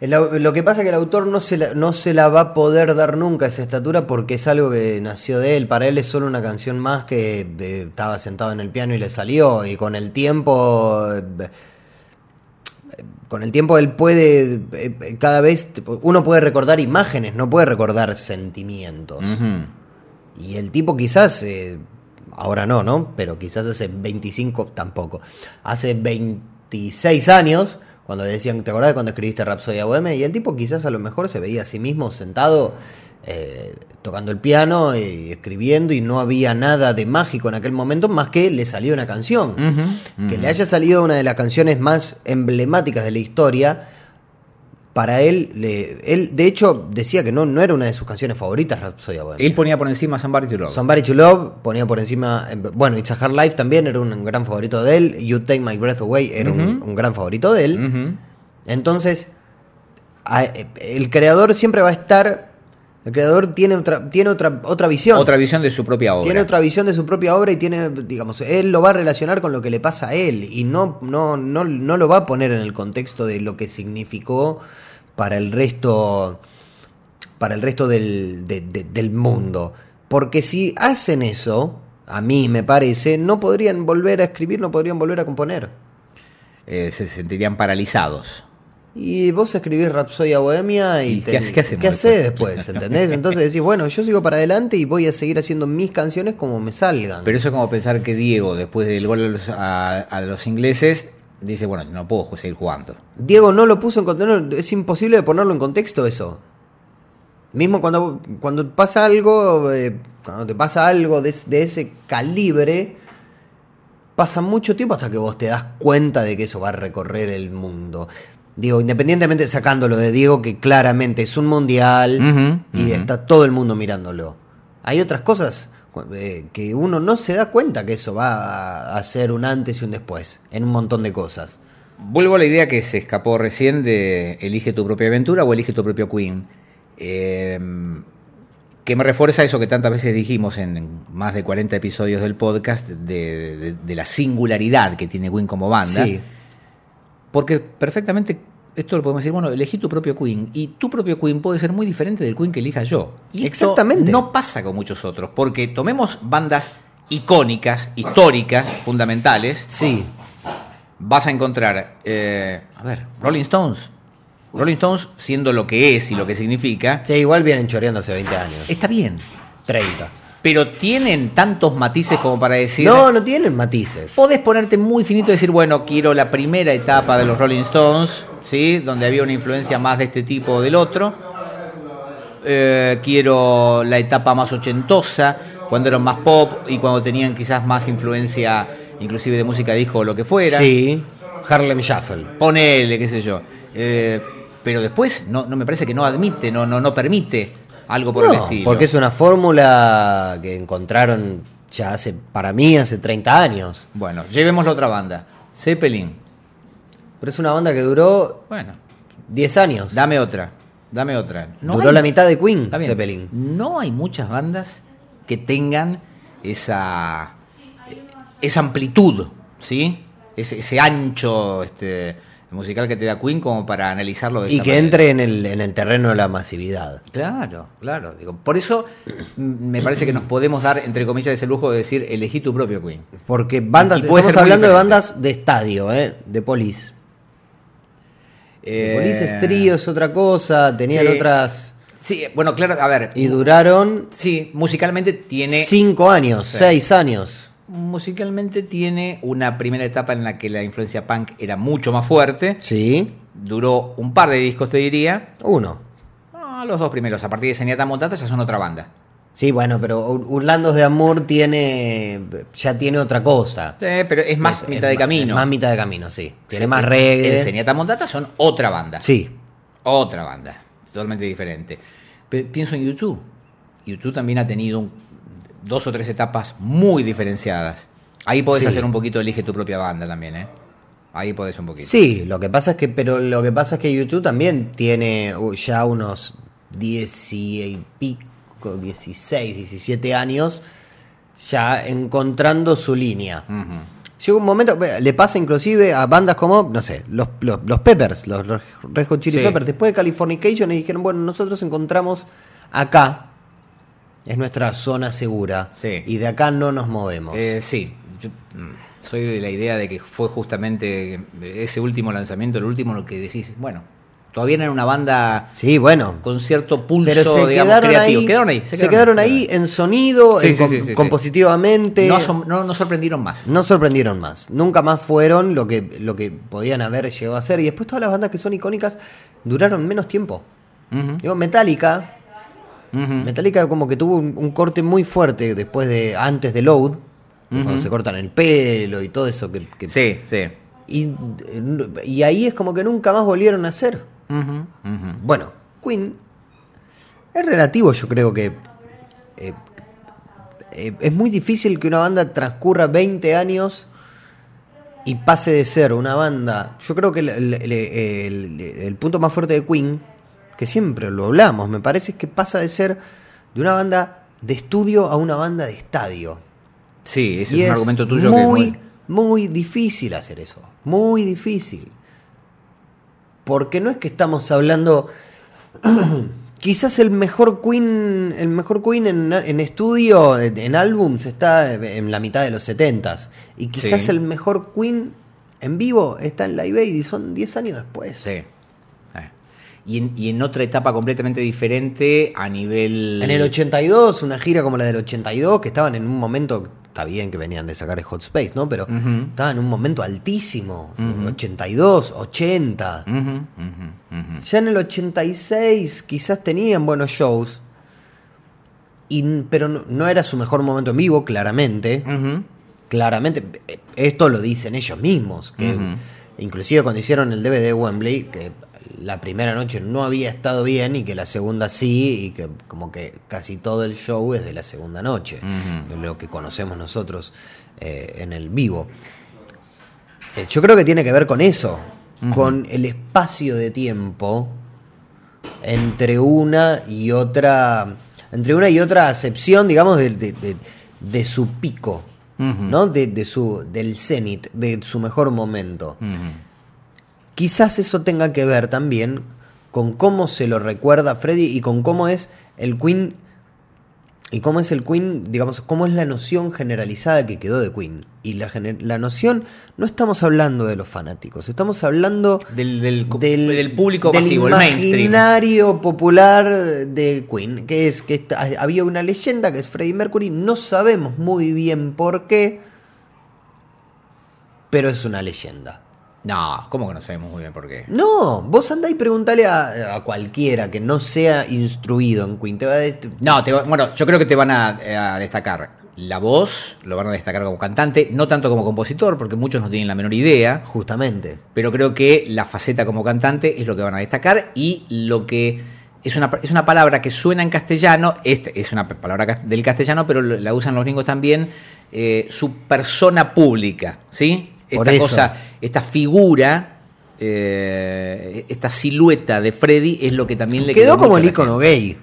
Speaker 3: El au- lo que pasa es que el autor no se, la, no se la va a poder dar nunca esa estatura porque es algo que nació de él. Para él es solo una canción más que eh, estaba sentado en el piano y le salió. Y con el tiempo. eh, Con el tiempo él puede. eh, Cada vez. tipo, Uno puede recordar imágenes, no puede recordar sentimientos. Y el tipo quizás, eh, ahora no, ¿no? Pero quizás hace 25, tampoco. Hace 26 años, cuando le decían, ¿te acordás de cuando escribiste Rhapsody Bohemia? Y el tipo quizás a lo mejor se veía a sí mismo sentado eh, tocando el piano y escribiendo y no había nada de mágico en aquel momento más que le salió una canción. Que le haya salido una de las canciones más emblemáticas de la historia. Para él, le- él de hecho decía que no, no era una de sus canciones favoritas, Rhapsody Bohemia.
Speaker 2: Él ponía por encima Somebody to Love.
Speaker 3: Somebody to Love ponía por encima. eh, Bueno, It's a Hard Life también era un gran favorito de él. You Take My Breath Away era un- un, gran favorito de él.
Speaker 2: Ujú.
Speaker 3: Entonces, a- eh, el creador siempre va a estar. El creador tiene otra, tiene otra, otra visión.
Speaker 2: Otra visión de su propia obra.
Speaker 3: tiene otra visión de su propia obra y tiene, digamos, él lo va a relacionar con lo que le pasa a él y no, no, no, no lo va a poner en el contexto de lo que significó para el resto para el resto del, de- de- del mundo. Porque si hacen eso, a mí me parece, no podrían volver a escribir, no podrían volver a componer.
Speaker 2: Eh, se sentirían paralizados.
Speaker 3: Y vos escribís Rapsodia Bohemia y,
Speaker 2: ¿Y qué hace- qué hacemos
Speaker 3: hacés
Speaker 2: después?
Speaker 3: después? ¿Entendés? Entonces decís, bueno, yo sigo para adelante y voy a seguir haciendo mis canciones como me salgan.
Speaker 2: Pero eso es como pensar que Diego, después del gol a los, a- a los ingleses, dice, bueno, no puedo seguir jugando.
Speaker 3: Diego no lo puso en contexto, es imposible de ponerlo en contexto eso. Mismo cuando, cuando pasa algo, eh, cuando te pasa algo de, es- de ese calibre, pasa mucho tiempo hasta que vos te das cuenta de que eso va a recorrer el mundo. Digo, independientemente sacándolo de Diego, que claramente es un mundial
Speaker 2: Ujú,
Speaker 3: y
Speaker 2: ujú.
Speaker 3: está todo el mundo mirándolo. Hay otras cosas cu- eh, que uno no se da cuenta que eso va a- a ser un antes y un después en un montón de cosas.
Speaker 2: Vuelvo a la idea que se escapó recién de elige tu propia aventura o elige tu propio queen. Eh, que me refuerza eso que tantas veces dijimos en más de 40 episodios del podcast de, de- de la singularidad que tiene Queen como banda.
Speaker 3: Sí.
Speaker 2: Porque perfectamente esto lo podemos decir, bueno, elegí tu propio Queen y tu propio Queen puede ser muy diferente del Queen que elija yo. Y esto
Speaker 3: Exactamente.
Speaker 2: no pasa con muchos otros, porque tomemos bandas icónicas, históricas, fundamentales.
Speaker 3: Sí.
Speaker 2: Vas a encontrar, eh, a ver, Rolling Stones. Rolling Stones siendo lo que es y lo que significa,
Speaker 3: Sí, igual vienen choreando hace 20 años.
Speaker 2: está bien.
Speaker 3: 30.
Speaker 2: Pero tienen tantos matices como para decir...
Speaker 3: No, no tienen matices.
Speaker 2: Podés ponerte muy finito y decir, bueno, quiero la primera etapa de los Rolling Stones, ¿sí? Donde había una influencia más de este tipo o del otro. Eh, quiero la etapa más ochentosa, cuando eran más pop y cuando tenían quizás más influencia, inclusive de música disco o lo que fuera.
Speaker 3: Sí. Harlem Shuffle.
Speaker 2: Ponele, qué sé yo. Eh, pero después no, no me parece que no admite, no, no, no permite algo por el
Speaker 3: No,
Speaker 2: estilo.
Speaker 3: porque es una fórmula que encontraron ya hace, para mí, hace 30 años.
Speaker 2: Bueno, llevemos la otra banda. Zeppelin.
Speaker 3: Pero es una banda que duró
Speaker 2: Bueno,
Speaker 3: 10 años.
Speaker 2: dame otra. Dame otra. No
Speaker 3: duró
Speaker 2: hay-
Speaker 3: la mitad de Queen,
Speaker 2: Está bien.
Speaker 3: Zeppelin.
Speaker 2: No hay muchas bandas que tengan esa, esa amplitud, ¿sí? Ese, ese ancho este, musical que te da Queen como para analizarlo de
Speaker 3: Y
Speaker 2: esta
Speaker 3: que
Speaker 2: manera.
Speaker 3: entre en el, en el terreno de la masividad.
Speaker 2: Claro, claro. Digo, por eso mm, me parece que nos podemos dar, entre comillas, ese lujo de decir, elegí tu propio Queen.
Speaker 3: Porque bandas,
Speaker 2: Y puede
Speaker 3: estamos
Speaker 2: ser muy
Speaker 3: hablando de
Speaker 2: diferente.
Speaker 3: bandas de estadio, ¿eh? de polis.
Speaker 2: Eh,
Speaker 3: Polis es trío, es otra cosa, tenían
Speaker 2: sí.
Speaker 3: otras...
Speaker 2: Sí, bueno, claro, a ver.
Speaker 3: Y duraron
Speaker 2: Sí, musicalmente tiene...
Speaker 3: 5 años, 6 años.
Speaker 2: Musicalmente tiene una primera etapa en la que la influencia punk era mucho más fuerte.
Speaker 3: Sí,
Speaker 2: Duró un par de discos, te diría.
Speaker 3: uno.
Speaker 2: No, los dos primeros. A partir de Zenyatta Montata ya son otra banda.
Speaker 3: Sí, bueno, pero Ur- Urlandos de Amor tiene. ya tiene otra cosa.
Speaker 2: Sí, pero es más
Speaker 3: Es-
Speaker 2: mitad
Speaker 3: es
Speaker 2: de
Speaker 3: ma-
Speaker 2: camino.
Speaker 3: es más mitad de camino, sí. Tiene
Speaker 2: Sí,
Speaker 3: más
Speaker 2: en- En
Speaker 3: reggae.
Speaker 2: Zenyatta Montata son otra banda.
Speaker 3: Sí.
Speaker 2: Otra banda. Totalmente diferente. Pe- pienso en YouTube. YouTube también ha tenido un- dos o tres etapas muy diferenciadas. Ahí podés
Speaker 3: Sí.
Speaker 2: hacer un poquito, elige tu propia banda también, ¿eh? Ahí podés un poquito.
Speaker 3: Sí, lo que pasa es que. Pero lo que pasa es que YouTube también tiene uh, ya unos 10 y pico, 16, 17 años. Ya encontrando su línea.
Speaker 2: Ujú.
Speaker 3: Llega un momento, ve, le pasa inclusive a bandas como, no sé, los, los, los Peppers, los, los Red Hot Chili
Speaker 2: Sí.
Speaker 3: Peppers, después de Californication, y dijeron, bueno, nosotros encontramos acá, es nuestra zona segura,
Speaker 2: Sí.
Speaker 3: y de acá no nos movemos.
Speaker 2: Eh, sí, yo mm, soy de la idea de que fue justamente ese último lanzamiento, el último en lo que decís, bueno, todavía no era una banda
Speaker 3: sí, bueno,
Speaker 2: con cierto pulso,
Speaker 3: pero se
Speaker 2: digamos,
Speaker 3: quedaron,
Speaker 2: creativo.
Speaker 3: ahí,
Speaker 2: quedaron ahí,
Speaker 3: se quedaron ahí en sonido,
Speaker 2: Sí,
Speaker 3: en
Speaker 2: sí,
Speaker 3: com-
Speaker 2: sí, sí, sí.
Speaker 3: compositivamente.
Speaker 2: No, asom- no nos sorprendieron más.
Speaker 3: No sorprendieron más. Nunca más fueron lo que, lo que podían haber llegado a ser. Y después todas las bandas que son icónicas duraron menos tiempo.
Speaker 2: Ujú,
Speaker 3: Digo, Metallica,
Speaker 2: ujú.
Speaker 3: Metallica como que tuvo un, un corte muy fuerte después de antes de Load, cuando se cortan el pelo y todo eso que, que-
Speaker 2: Sí, sí.
Speaker 3: y, y ahí es como que nunca más volvieron a hacer.
Speaker 2: Ujú, ujú.
Speaker 3: Bueno, Queen es relativo, yo creo que eh, eh, es muy difícil que una banda transcurra 20 años y pase de ser una banda. Yo creo que el, el- el- el- el punto más fuerte de Queen, que siempre lo hablamos, me parece es que pasa de ser de una banda de estudio a una banda de estadio.
Speaker 2: Sí, ese
Speaker 3: Y
Speaker 2: es un argumento tuyo que es
Speaker 3: muy,
Speaker 2: muy-
Speaker 3: muy difícil hacer eso. Muy difícil. Porque no es que estamos hablando. [CLEARS THROAT] Quizás el mejor Queen, el mejor Queen en, en estudio, en, en álbums, está en la mitad de los 70s. Y quizás
Speaker 2: Sí.
Speaker 3: el mejor Queen en vivo está en Live Aid y son 10 años después.
Speaker 2: Sí. Eh. y en, y en otra etapa completamente diferente a nivel...
Speaker 3: En el 82, una gira como la del 82, que estaban en un momento, está bien que venían de sacar el Hot Space, ¿no? Pero estaban en un momento altísimo. 82, 80.
Speaker 2: Ujú, ujú, ujú.
Speaker 3: Ya en el 86 quizás tenían buenos shows. y- pero no, no era su mejor momento en vivo, claramente.
Speaker 2: Ujú.
Speaker 3: Claramente, eh, esto lo dicen ellos mismos. Que
Speaker 2: Ujú.
Speaker 3: Inclusive cuando hicieron el DVD de Wembley, que la primera noche no había estado bien y que la segunda sí, y que como que casi todo el show es de la segunda noche, lo que conocemos nosotros eh, en el vivo. Eh, Yo creo que tiene que ver con eso, con el espacio de tiempo entre una y otra, entre una y otra acepción, digamos, de, de- de- de su pico, ¿no? De, de su, del cenit, de su mejor momento. Quizás eso tenga que ver también con cómo se lo recuerda a Freddy y con cómo es el Queen y cómo es el Queen, digamos, cómo es la noción generalizada que quedó de Queen. Y la, gener- la noción, no estamos hablando de los fanáticos, estamos hablando
Speaker 2: Del, del, del público
Speaker 3: del
Speaker 2: masivo, el mainstream.
Speaker 3: imaginario popular de Queen, que es que esta- había una leyenda que es Freddie Mercury, no sabemos muy bien por qué, pero es una leyenda.
Speaker 2: No, ¿cómo que no sabemos muy bien por qué?
Speaker 3: No, vos andá y preguntale a, a cualquiera que no sea instruido en Queen, te va a decir,
Speaker 2: No, te va- bueno, yo creo que te van a, eh, a destacar la voz, lo van a destacar como cantante, no tanto como compositor, porque muchos no tienen la menor idea,
Speaker 3: justamente.
Speaker 2: pero creo que la faceta como cantante es lo que van a destacar y lo que es una, es una palabra que suena en castellano, esta es una palabra cas- del castellano, pero lo- la usan los gringos también, eh, su persona pública, ¿sí? Esta
Speaker 3: Por eso.
Speaker 2: cosa, esta figura, eh, esta silueta de Freddy es lo que también le quedó
Speaker 3: Quedó
Speaker 2: mucho
Speaker 3: como
Speaker 2: a
Speaker 3: el
Speaker 2: la
Speaker 3: icono
Speaker 2: gente.
Speaker 3: gay.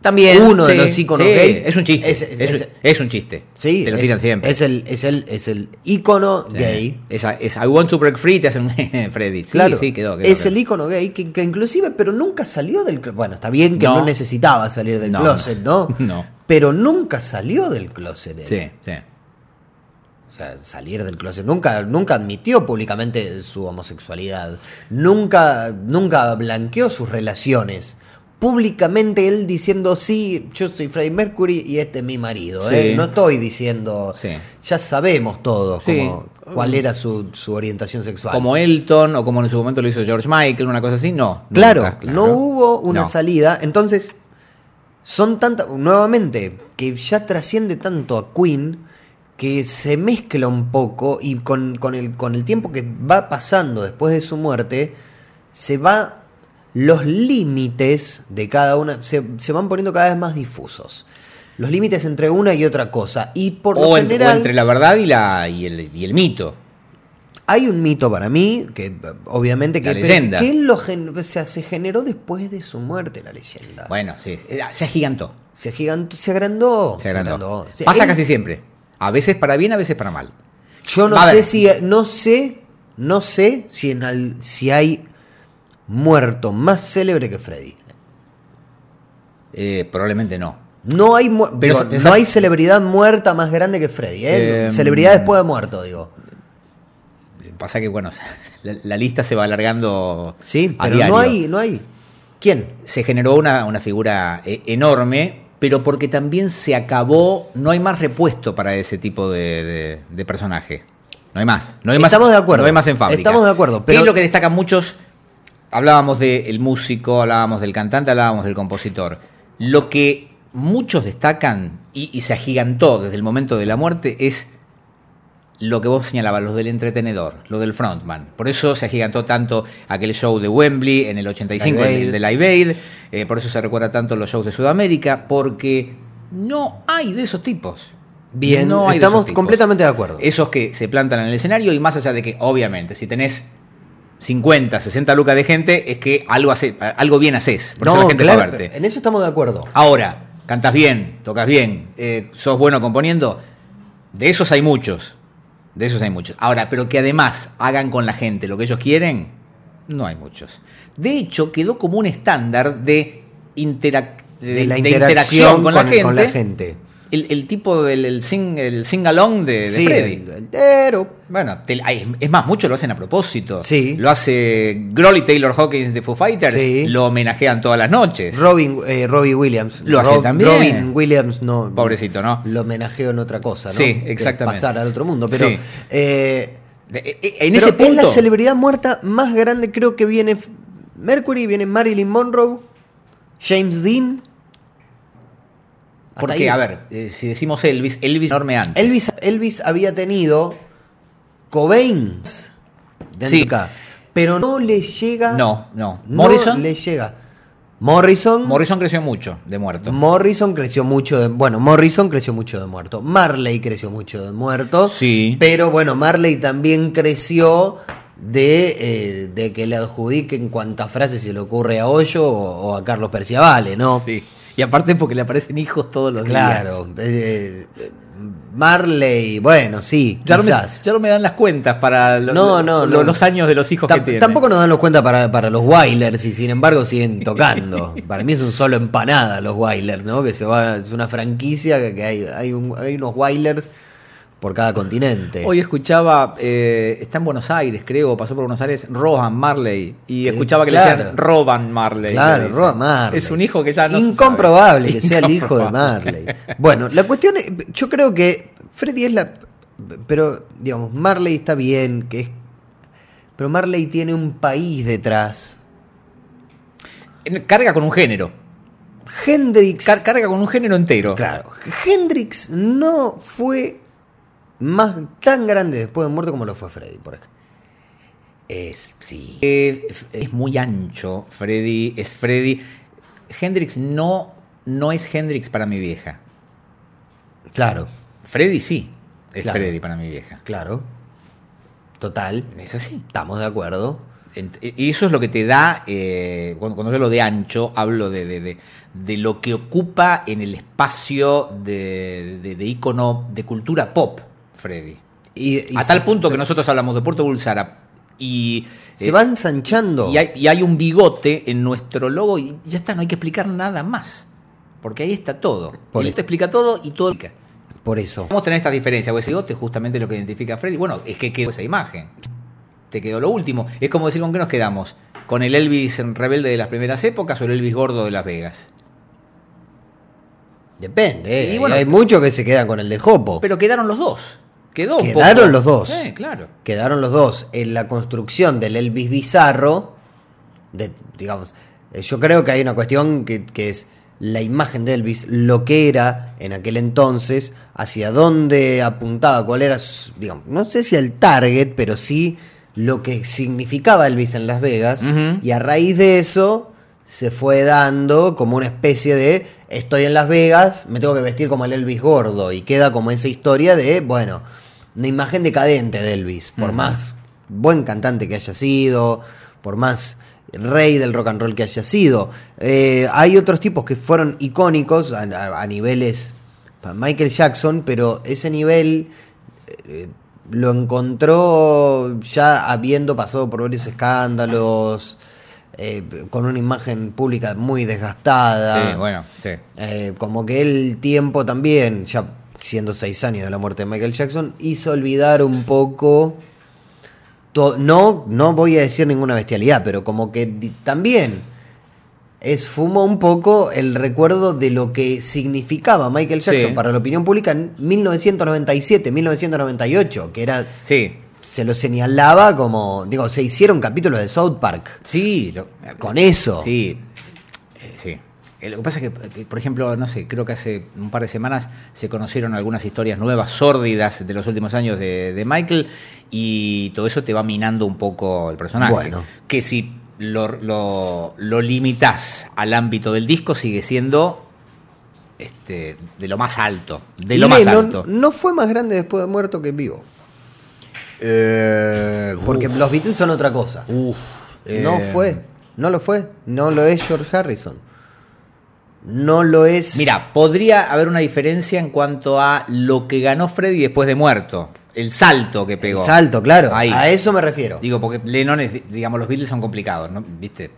Speaker 2: También.
Speaker 3: Uno de
Speaker 2: sí,
Speaker 3: los íconos
Speaker 2: sí,
Speaker 3: gays.
Speaker 2: Es un chiste.
Speaker 3: Es-
Speaker 2: Es,
Speaker 3: es-
Speaker 2: un- es un chiste.
Speaker 3: Sí,
Speaker 2: Te lo
Speaker 3: es-
Speaker 2: tiran siempre.
Speaker 3: Es el, es el, es el ícono
Speaker 2: Sí.
Speaker 3: gay.
Speaker 2: Es, es I want to break free, te hacen [LAUGHS] Freddy. Sí,
Speaker 3: claro,
Speaker 2: sí, quedó. quedó,
Speaker 3: es
Speaker 2: quedó.
Speaker 3: el ícono gay que, que inclusive, pero nunca salió del closet. Bueno, está bien que no,
Speaker 2: No.
Speaker 3: necesitaba salir del
Speaker 2: No,
Speaker 3: closet, ¿no?
Speaker 2: no. [LAUGHS] No.
Speaker 3: Pero nunca salió del closet. él.
Speaker 2: Sí, sí.
Speaker 3: O sea, salir del closet. Nunca, nunca admitió públicamente su homosexualidad. Nunca, nunca blanqueó sus relaciones. Públicamente él diciendo, sí, yo soy Freddie Mercury y este es mi marido.
Speaker 2: Sí.
Speaker 3: ¿eh? No estoy diciendo,
Speaker 2: Sí.
Speaker 3: ya sabemos todos
Speaker 2: Sí.
Speaker 3: cómo- cuál era su, su orientación sexual.
Speaker 2: Como Elton o como en su momento lo hizo George Michael, una cosa así, no.
Speaker 3: Claro,
Speaker 2: nunca,
Speaker 3: no hubo una
Speaker 2: No.
Speaker 3: salida. Entonces, son tantas. Nuevamente, que ya trasciende tanto a Queen que se mezcla un poco y con, con el, con el tiempo que va pasando después de su muerte, se va. Los límites de cada una se, se van poniendo cada vez más difusos. Los límites entre una y otra cosa. Y por lo
Speaker 2: O, en- o
Speaker 3: general.
Speaker 2: entre la verdad y, la, y, el, y el mito.
Speaker 3: Hay un mito para mí, que obviamente que,
Speaker 2: La leyenda.
Speaker 3: que lo gen- o sea, se generó después de su muerte la leyenda.
Speaker 2: Bueno, sí. eh, Se agigantó.
Speaker 3: Se, agigantó- se agrandó.
Speaker 2: Se agrandó.
Speaker 3: agrandó. Se-
Speaker 2: Pasa
Speaker 3: él-
Speaker 2: casi siempre. A veces para bien, a veces para mal.
Speaker 3: Yo no
Speaker 2: A
Speaker 3: sé
Speaker 2: ver.
Speaker 3: si no sé, no sé si en al- si hay muerto más célebre que Freddy.
Speaker 2: Eh, probablemente no.
Speaker 3: No hay mu-
Speaker 2: Pero
Speaker 3: digo,
Speaker 2: se-
Speaker 3: no
Speaker 2: esa-
Speaker 3: hay celebridad muerta más grande que Freddy, ¿eh?
Speaker 2: Em.
Speaker 3: celebridad después de muerto, digo.
Speaker 2: Pasa que, bueno, [LAUGHS] la, la lista se va alargando.
Speaker 3: Sí,
Speaker 2: a
Speaker 3: pero
Speaker 2: diario.
Speaker 3: no hay, no hay. ¿Quién?
Speaker 2: se generó una, una figura eh, enorme, pero porque también se acabó, no hay más repuesto para ese tipo de, de- de personaje. No hay más. No hay más-
Speaker 3: Estamos de acuerdo.
Speaker 2: No hay más en fábrica.
Speaker 3: Estamos de acuerdo,
Speaker 2: ¿Qué
Speaker 3: pero-
Speaker 2: es lo que destacan muchos? Hablábamos del músico, hablábamos del cantante, hablábamos del compositor. Lo que muchos destacan y, y se agigantó desde el momento de la muerte es lo que vos señalabas, lo del entretenedor, lo del frontman. Por eso se agigantó tanto aquel show de Wembley en el 85,
Speaker 3: Live
Speaker 2: el,
Speaker 3: Aid.
Speaker 2: el de Live Aid, eh, por eso se recuerda tanto los shows de Sudamérica, porque no hay de esos tipos.
Speaker 3: Bien,
Speaker 2: No hay de
Speaker 3: estamos
Speaker 2: esos tipos.
Speaker 3: completamente de acuerdo.
Speaker 2: Esos que se plantan en el escenario y más allá de que, obviamente, si tenés 50, 60 lucas de gente, es que algo, hace, algo bien haces. Por eso la gente va a
Speaker 3: claro,
Speaker 2: verte.
Speaker 3: en eso estamos de acuerdo.
Speaker 2: Ahora, cantas bien, tocas bien, eh, sos bueno componiendo. De esos hay muchos. De esos hay muchos. Ahora, pero que además hagan con la gente lo que ellos quieren, no hay muchos. De hecho, quedó como un estándar de, interac- de-
Speaker 3: de la
Speaker 2: de
Speaker 3: interacción, con, con la gente.
Speaker 2: el, el tipo del el sing, el sing along de, de
Speaker 3: sí,
Speaker 2: Freddy.
Speaker 3: el- el tero.
Speaker 2: Bueno, te- ay, es- es más, mucho lo hacen a propósito.
Speaker 3: Sí.
Speaker 2: Lo hace Grohl y Taylor Hawkins de Foo Fighters.
Speaker 3: Sí.
Speaker 2: Lo homenajean todas las noches.
Speaker 3: Robin, eh, Robbie Williams.
Speaker 2: Lo hace también.
Speaker 3: Robin Williams no.
Speaker 2: Pobrecito, ¿no?
Speaker 3: Lo homenajeo en otra cosa, ¿no?
Speaker 2: Sí,
Speaker 3: Que
Speaker 2: exactamente.
Speaker 3: Pasar al otro mundo. Pero,
Speaker 2: Sí.
Speaker 3: eh,
Speaker 2: De- e- e- en
Speaker 3: pero
Speaker 2: ese punto.
Speaker 3: es la celebridad muerta más grande. Creo que viene F- Mercury, viene Marilyn Monroe, James Dean. Hasta
Speaker 2: porque,
Speaker 3: ahí.
Speaker 2: a ver, eh, si decimos Elvis, Elvis enorme antes.
Speaker 3: Elvis, Elvis había tenido Cobain de
Speaker 2: Sí.
Speaker 3: Antica, pero no le llega.
Speaker 2: No, no.
Speaker 3: no
Speaker 2: Morrison.
Speaker 3: le llega. Morrison.
Speaker 2: Morrison creció mucho de muerto.
Speaker 3: Morrison creció mucho de. Bueno, Morrison creció mucho de muerto. Marley creció mucho de muerto.
Speaker 2: Sí.
Speaker 3: Pero bueno, Marley también creció de, eh, de que le adjudiquen cuántas frases se le ocurre a Hoyo o, o a Carlos Perciavale, ¿no?
Speaker 2: Sí. Y aparte porque le aparecen hijos todos los días.
Speaker 3: Claro. eh, eh, Marley, bueno, sí,
Speaker 2: Ya no, me,
Speaker 3: quizás.
Speaker 2: ya no me dan las cuentas para lo-
Speaker 3: No,
Speaker 2: lo-
Speaker 3: no,
Speaker 2: lo-
Speaker 3: no.
Speaker 2: los años de los hijos que
Speaker 3: Tam-
Speaker 2: tiene.
Speaker 3: Tampoco nos dan los cuenta para, para los Wailers y sin
Speaker 2: [LAUGHS]
Speaker 3: embargo siguen tocando. para mí es un solo empanada los Wailers, ¿no? Que se va, es una franquicia que, que hay, hay, un- hay unos Wailers por cada continente.
Speaker 2: Hoy escuchaba, eh, está en Buenos Aires, creo, pasó por Buenos Aires, Rohan Marley. Y
Speaker 3: Eh,
Speaker 2: escuchaba que le
Speaker 3: claro.
Speaker 2: decían Roban Marley. le
Speaker 3: Claro,
Speaker 2: dicen.
Speaker 3: Rob Marley.
Speaker 2: Es un hijo que ya no. se sabe.
Speaker 3: Incomprobable
Speaker 2: [LAUGHS]
Speaker 3: que sea el hijo de
Speaker 2: Incomprobable.
Speaker 3: Marley. Bueno, la cuestión es. Yo creo que Freddy es la. Pero, digamos, Marley está bien, que es. Pero Marley tiene un país detrás.
Speaker 2: Carga con un género.
Speaker 3: Hendrix.
Speaker 2: Car- carga con un género entero.
Speaker 3: Claro, Hendrix no fue más tan grande después de muerto como lo fue Freddy, por ejemplo. Es, sí.
Speaker 2: Eh, f- es muy ancho, Freddy. Es Freddy. Hendrix no, no es Hendrix para mi vieja.
Speaker 3: Claro,
Speaker 2: Freddy sí. Es
Speaker 3: Claro.
Speaker 2: Freddy para mi vieja.
Speaker 3: claro. Total,
Speaker 2: Es así.
Speaker 3: estamos de acuerdo.
Speaker 2: Ent- e, Y eso es lo que te da, eh, cuando, cuando yo hablo de ancho, hablo de, de- de- de lo que ocupa en el espacio de, de, de ícono de cultura pop, Freddy.
Speaker 3: Y, y
Speaker 2: A
Speaker 3: se,
Speaker 2: tal punto que nosotros hablamos de Puerto Bulsara y,
Speaker 3: se
Speaker 2: eh,
Speaker 3: va ensanchando.
Speaker 2: y, hay, y hay un bigote en nuestro logo y ya está, no hay que explicar nada más. Porque ahí está todo.
Speaker 3: Por
Speaker 2: Él
Speaker 3: eso.
Speaker 2: te explica todo y todo. explica.
Speaker 3: Por eso.
Speaker 2: Vamos a tener estas diferencias, porque ese bigote es justamente lo que identifica a Freddy. Bueno, es que quedó esa imagen. Te quedó lo último. Es como decir, ¿con qué nos quedamos? ¿Con el Elvis rebelde de las primeras épocas o el Elvis gordo de Las Vegas?
Speaker 3: Depende.
Speaker 2: Y
Speaker 3: eh,
Speaker 2: bueno-
Speaker 3: hay muchos que se quedan con el de Jopo.
Speaker 2: Pero quedaron los dos. Quedó un poco-
Speaker 3: Oh. Quedaron los dos.
Speaker 2: Sí, claro.
Speaker 3: Quedaron los dos en la construcción del Elvis Bizarro. De, digamos, eh, yo creo que hay una cuestión que, que es la imagen de Elvis, lo que era en aquel entonces, hacia dónde apuntaba, cuál era, su- digamos, no sé si el target, pero sí lo que significaba Elvis en Las Vegas.
Speaker 2: Ujú.
Speaker 3: Y a raíz de eso se fue dando como una especie de estoy en Las Vegas, me tengo que vestir como el Elvis gordo y queda como esa historia de, bueno, una imagen decadente de Elvis, por más buen cantante que haya sido, por más rey del rock and roll que haya sido. Eh, hay otros tipos que fueron icónicos a, a- a niveles pa- Michael Jackson, pero ese nivel eh, lo encontró ya habiendo pasado por varios escándalos, eh, con una imagen pública muy desgastada.
Speaker 2: Sí, bueno, sí.
Speaker 3: Eh, como que el tiempo también, ya siendo seis años de la muerte de Michael Jackson, hizo olvidar un poco. to- No, no voy a decir ninguna bestialidad, pero como que di- también esfumó un poco el recuerdo de lo que significaba Michael Jackson
Speaker 2: Sí.
Speaker 3: para la opinión pública en 1997, 1998, que era
Speaker 2: Sí.
Speaker 3: se lo señalaba como, digo, se hicieron capítulos de South Park
Speaker 2: Sí. lo-
Speaker 3: con eso.
Speaker 2: Sí, eh, sí. Eh, Lo que pasa es que, eh, por ejemplo, no sé, creo que hace un par de semanas se conocieron algunas historias nuevas, sórdidas, de los últimos años de, de Michael, y todo eso te va minando un poco el personaje.
Speaker 3: Bueno.
Speaker 2: Que si lo, lo, lo limitas al ámbito del disco, sigue siendo este, de lo más alto. De lo más
Speaker 3: Lennon
Speaker 2: alto.
Speaker 3: no fue más grande después de muerto que vivo. Porque
Speaker 2: Eh, uf.
Speaker 3: los Beatles son otra cosa.
Speaker 2: Uf,
Speaker 3: no
Speaker 2: eh,
Speaker 3: fue, no lo fue, no lo es George Harrison. No lo es.
Speaker 2: Mira, podría haber una diferencia en cuanto a lo que ganó Freddy después de muerto. El salto que
Speaker 3: el
Speaker 2: pegó.
Speaker 3: salto, claro.
Speaker 2: Ahí.
Speaker 3: A eso me refiero.
Speaker 2: Digo, porque Lennon es, digamos, los Beatles son complicados, ¿no? ¿Viste?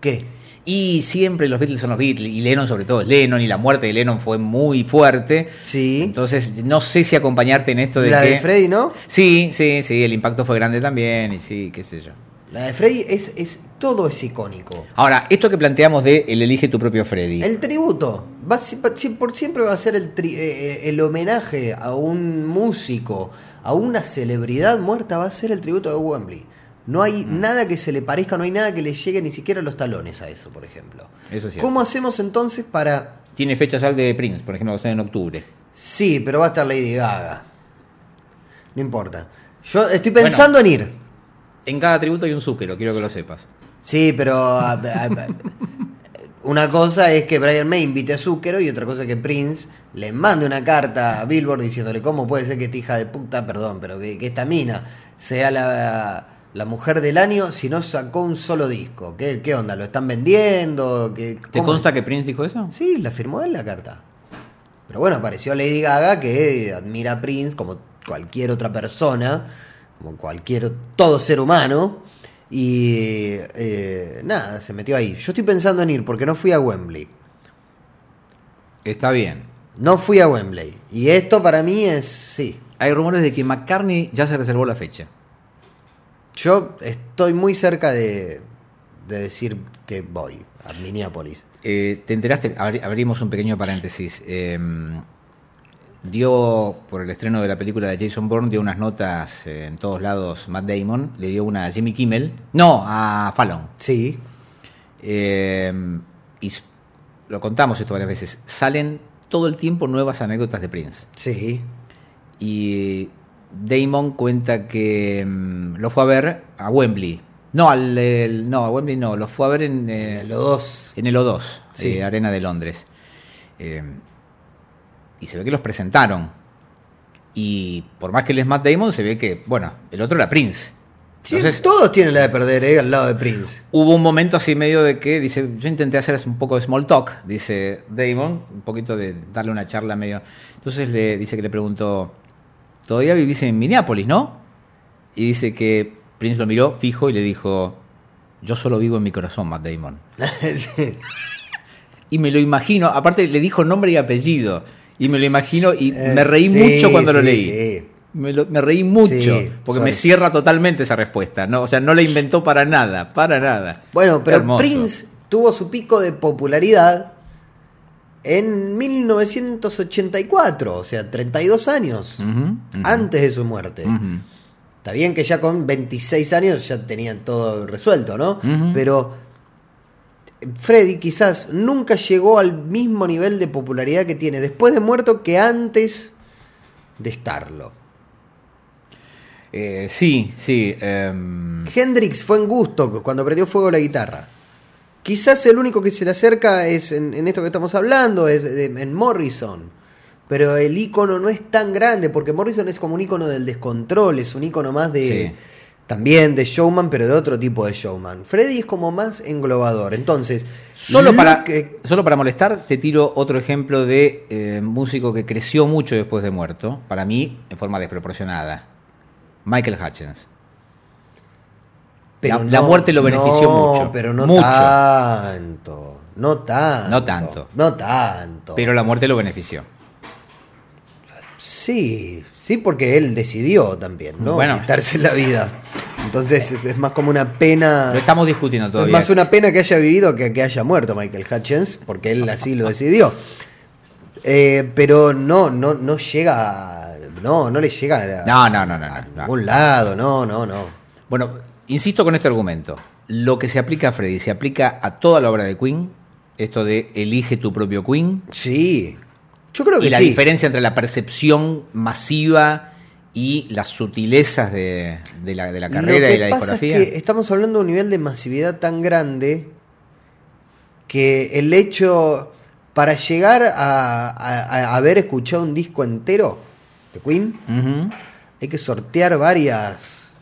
Speaker 3: ¿Qué?
Speaker 2: Y siempre los Beatles son los Beatles, y Lennon sobre todo, es Lennon, y la muerte de Lennon fue muy fuerte.
Speaker 3: Sí.
Speaker 2: Entonces, no sé si acompañarte en esto de
Speaker 3: la
Speaker 2: que...
Speaker 3: de Freddy, ¿no?
Speaker 2: Sí, sí, sí, el impacto fue grande también, y sí, qué sé yo.
Speaker 3: La de Freddy es, es todo es icónico.
Speaker 2: Ahora, esto que planteamos de el elige tu propio Freddy.
Speaker 3: El tributo. Va, si- pa- si- por siempre va a ser el, tri- eh, eh, el homenaje a un músico, a una celebridad muerta, va a ser el tributo de Wembley. No hay nada que se le parezca, no hay nada que le llegue ni siquiera los talones a eso, por ejemplo.
Speaker 2: Eso es cierto.
Speaker 3: ¿Cómo hacemos entonces para...
Speaker 2: Tiene fechas al de Prince, por ejemplo, va a ser en octubre.
Speaker 3: Sí, pero va a estar Lady Gaga. No importa. Yo estoy pensando en ir.
Speaker 2: En cada tributo hay un Zúquero, quiero que lo sepas.
Speaker 3: Sí, pero a- a- a- una cosa es que Brian May invite a Zucchero y otra cosa es que Prince le mande una carta a Billboard diciéndole cómo puede ser que esta hija de puta, perdón, pero que, que esta mina sea la, la mujer del año si no sacó un solo disco. ¿Qué, qué onda? ¿Lo están vendiendo? ¿Qué,
Speaker 2: ¿Te
Speaker 3: cómo?
Speaker 2: consta que Prince dijo eso?
Speaker 3: Sí, la firmó él la carta. Pero bueno, apareció Lady Gaga que admira a Prince como cualquier otra persona, como cualquier todo ser humano. Y eh, nada, se metió ahí. Yo estoy pensando en ir porque no fui a Wembley.
Speaker 2: Está bien.
Speaker 3: No fui a Wembley. Y esto para mí es, sí.
Speaker 2: Hay rumores de que McCartney ya se reservó la fecha.
Speaker 3: Yo estoy muy cerca de, de decir que voy a Minneapolis.
Speaker 2: Eh, ¿Te enteraste? Abri- abrimos un pequeño paréntesis. Em, dio, por el estreno de la película de Jason Bourne, dio unas notas eh, en todos lados Matt Damon. Le dio una a Jimmy Kimmel. No, a Fallon.
Speaker 3: Sí.
Speaker 2: Eh, y s- lo contamos esto varias veces. Salen todo el tiempo nuevas anécdotas de Prince.
Speaker 3: Sí.
Speaker 2: Y Damon cuenta que mm, lo fue a ver a Wembley. No, al, el- no, a Wembley no, lo fue a ver en, eh,
Speaker 3: Los dos.
Speaker 2: en el O2,
Speaker 3: Sí.
Speaker 2: eh, Arena de Londres. Eh, y se ve que los presentaron. Y por más que él es Matt Damon, se ve que, bueno, el otro era Prince.
Speaker 3: Sí,
Speaker 2: Entonces-
Speaker 3: todos tienen la de perder, ¿eh? Al lado de Prince.
Speaker 2: Hubo un momento así medio de que, dice, yo intenté hacer un poco de small talk, dice Damon, un poquito de darle una charla medio. Entonces le dice que le preguntó, todavía vivís en Minneapolis, ¿no? Y dice que Prince lo miró fijo y le dijo, yo solo vivo en mi corazón, Matt Damon.
Speaker 3: [LAUGHS] Sí.
Speaker 2: Y me lo imagino, aparte le dijo nombre y apellido, y me lo imagino y
Speaker 3: Eh,
Speaker 2: me reí
Speaker 3: sí,
Speaker 2: mucho cuando lo
Speaker 3: sí,
Speaker 2: leí.
Speaker 3: sí.
Speaker 2: Me, lo- me reí mucho,
Speaker 3: Sí,
Speaker 2: porque
Speaker 3: soy.
Speaker 2: me cierra totalmente esa respuesta, ¿no? O sea, no la inventó para nada, para nada.
Speaker 3: Bueno, pero
Speaker 2: Hermoso.
Speaker 3: Prince tuvo su pico de popularidad en 1984, o sea, 32 años
Speaker 2: Ujú, ujú.
Speaker 3: antes de su muerte.
Speaker 2: Ujú.
Speaker 3: Está bien que ya con 26 años ya tenían todo resuelto, ¿no?
Speaker 2: Ujú.
Speaker 3: Pero Freddy quizás nunca llegó al mismo nivel de popularidad que tiene después de muerto que antes de estarlo.
Speaker 2: Eh, sí, sí. em,
Speaker 3: Hendrix fue en gusto cuando prendió fuego la guitarra. Quizás el único que se le acerca es en, en esto que estamos hablando, es de- en Morrison. Pero el icono no es tan grande, porque Morrison es como un icono del descontrol, es un icono más de.
Speaker 2: Sí.
Speaker 3: También de showman, pero de otro tipo de showman. Freddy es como más englobador. Entonces.
Speaker 2: solo,
Speaker 3: lo
Speaker 2: para,
Speaker 3: que-
Speaker 2: solo para molestar, te tiro otro ejemplo de eh, músico que creció mucho después de muerto, para mí en forma desproporcionada. Michael Hutchins.
Speaker 3: pero
Speaker 2: la- la muerte lo benefició
Speaker 3: no,
Speaker 2: mucho,
Speaker 3: pero no
Speaker 2: mucho.
Speaker 3: tanto. No tanto.
Speaker 2: No tanto.
Speaker 3: No tanto.
Speaker 2: Pero la muerte lo benefició.
Speaker 3: Sí, sí, porque él decidió también, ¿no?
Speaker 2: Bueno.
Speaker 3: Quitarse la vida. Entonces es más como una pena.
Speaker 2: Lo estamos discutiendo
Speaker 3: Es
Speaker 2: todavía.
Speaker 3: más una pena que haya vivido que que haya muerto Michael Hutchins, porque él así lo decidió. Eh, pero no, no, no llega. a- No, no le llega a,
Speaker 2: No, no, no, no,
Speaker 3: a
Speaker 2: no, no.
Speaker 3: ningún lado, no, no, no.
Speaker 2: Bueno, insisto con este argumento. Lo que se aplica a Freddy se aplica a toda la obra de Queen. Esto de elige tu propio Queen.
Speaker 3: Sí. Yo creo que
Speaker 2: Y la
Speaker 3: sí.
Speaker 2: diferencia entre la percepción masiva y las sutilezas de, de la, de la carrera
Speaker 3: Lo que
Speaker 2: y la
Speaker 3: pasa
Speaker 2: discografía.
Speaker 3: Es que estamos hablando de un nivel de masividad tan grande que el hecho para llegar a, a- a haber escuchado un disco entero de Queen
Speaker 2: Ujú.
Speaker 3: hay que sortear varias,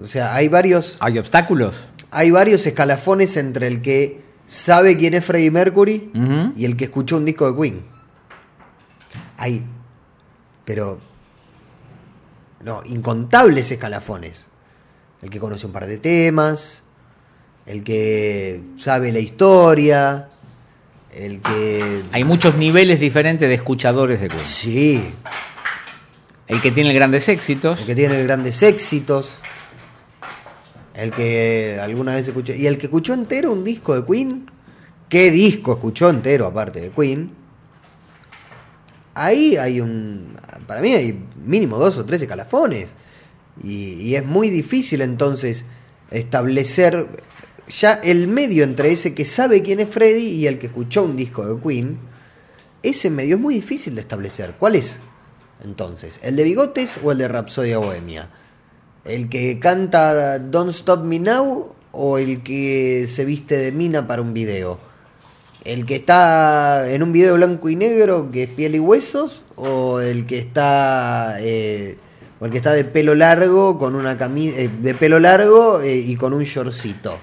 Speaker 3: o sea, hay varios
Speaker 2: ¿Hay obstáculos?
Speaker 3: hay varios escalafones entre el que sabe quién es Freddie Mercury
Speaker 2: Ujú.
Speaker 3: y el que escuchó un disco de Queen. Hay, pero, no, incontables escalafones. El que conoce un par de temas, el que sabe la historia, el que...
Speaker 2: Hay muchos niveles diferentes de escuchadores de Queen.
Speaker 3: Sí,
Speaker 2: El que tiene grandes éxitos.
Speaker 3: el que tiene grandes éxitos, el que alguna vez escuchó... Y el que escuchó entero un disco de Queen, ¿qué disco escuchó entero aparte de Queen? Ahí hay un... Para mí hay mínimo dos o tres escalafones. Y, y es muy difícil entonces establecer ya el medio entre ese que sabe quién es Freddy y el que escuchó un disco de Queen. Ese medio es muy difícil de establecer. ¿Cuál es? Entonces, ¿el de bigotes o el de Rapsodia Bohemia? ¿El que canta Don't Stop Me Now o el que se viste de mina para un video? ¿El que está en un video blanco y negro que es piel y huesos? ¿O el que está. eh, o el que está de pelo largo con una camisa. de pelo largo eh, y con un shortcito.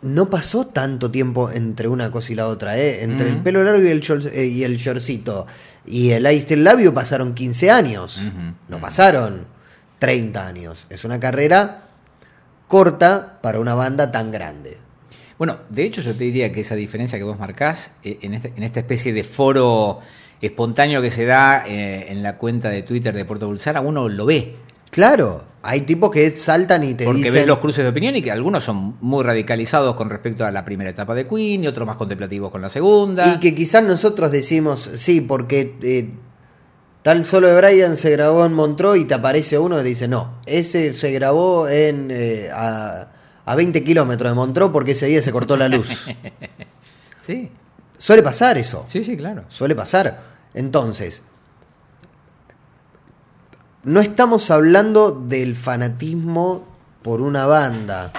Speaker 3: No pasó tanto tiempo entre una cosa y la otra, ¿eh? Entre el pelo largo y el, shorts- eh, y el shortcito. Y el Ice el Labio pasaron 15 años.
Speaker 2: Ujú,
Speaker 3: No pasaron 30 años. Es una carrera corta para una banda tan grande.
Speaker 2: Bueno, de hecho yo te diría que esa diferencia que vos marcás eh, en, este- en esta especie de foro espontáneo que se da eh, en la cuenta de Twitter de Puerto Bulsara, uno lo ve.
Speaker 3: Claro, hay tipos que saltan y te
Speaker 2: Porque
Speaker 3: dicen.
Speaker 2: ves los cruces de opinión y que algunos son muy radicalizados con respecto a la primera etapa de Queen y otros más contemplativos con la segunda.
Speaker 3: Y que quizás nosotros decimos, sí, porque eh, tal solo de Brian se grabó en Montreux y te aparece uno que te dice, no, ese se grabó en eh, a, a 20 kilómetros de Montreux porque ese día se cortó la luz.
Speaker 2: Sí,
Speaker 3: Suele pasar eso.
Speaker 2: sí, sí, claro.
Speaker 3: Suele pasar. Entonces, no estamos hablando del fanatismo por una banda.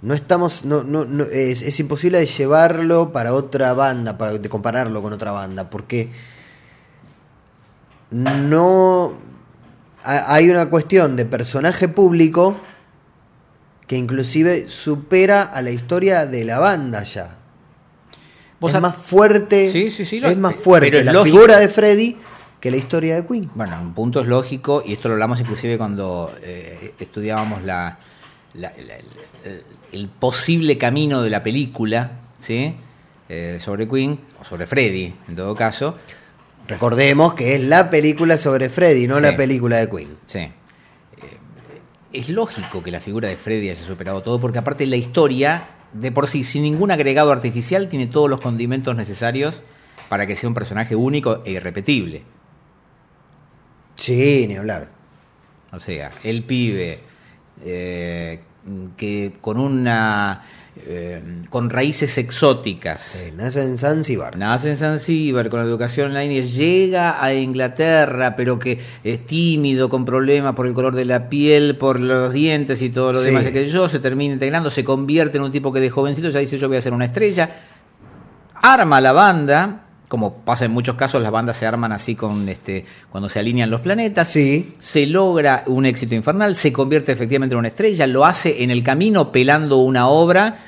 Speaker 3: No estamos. No, no, no- es, es imposible de llevarlo para otra banda, para, de compararlo con otra banda, porque no. ha- Hay una cuestión de personaje público que inclusive supera a la historia de la banda ya
Speaker 2: Vos
Speaker 3: es
Speaker 2: a-
Speaker 3: más fuerte.
Speaker 2: Sí, sí, sí, lo-
Speaker 3: es más fuerte
Speaker 2: pero es
Speaker 3: la
Speaker 2: lógico.
Speaker 3: figura de Freddy que la historia de Queen.
Speaker 2: Bueno, un punto es lógico, y esto lo hablamos inclusive cuando eh, estudiábamos la, la- la- el, el posible camino de la película, ¿sí? Eh, sobre Queen, o sobre Freddy, en todo caso.
Speaker 3: Recordemos que es la película sobre Freddy, no
Speaker 2: Sí.
Speaker 3: la película de Queen.
Speaker 2: Sí. Eh, es lógico que la figura de Freddy haya superado todo, porque aparte la historia, de por sí, sin ningún agregado artificial, tiene todos los condimentos necesarios para que sea un personaje único e irrepetible.
Speaker 3: Sí, ni hablar.
Speaker 2: O sea, el pibe eh, que con una eh, con raíces exóticas
Speaker 3: Eh, nace en Zanzibar.
Speaker 2: nace en Zanzíbar con educación en la India, llega a Inglaterra, pero que es tímido, con problemas por el color de la piel, por los dientes y todo lo
Speaker 3: Sí.
Speaker 2: demás que yo, se termina integrando, se convierte en un tipo que de jovencito ya dice yo voy a ser una estrella, arma la banda, como pasa en muchos casos, las bandas se arman así con este cuando se alinean los planetas,
Speaker 3: Sí.
Speaker 2: se logra un éxito infernal, se convierte efectivamente en una estrella, lo hace en el camino pelando una obra,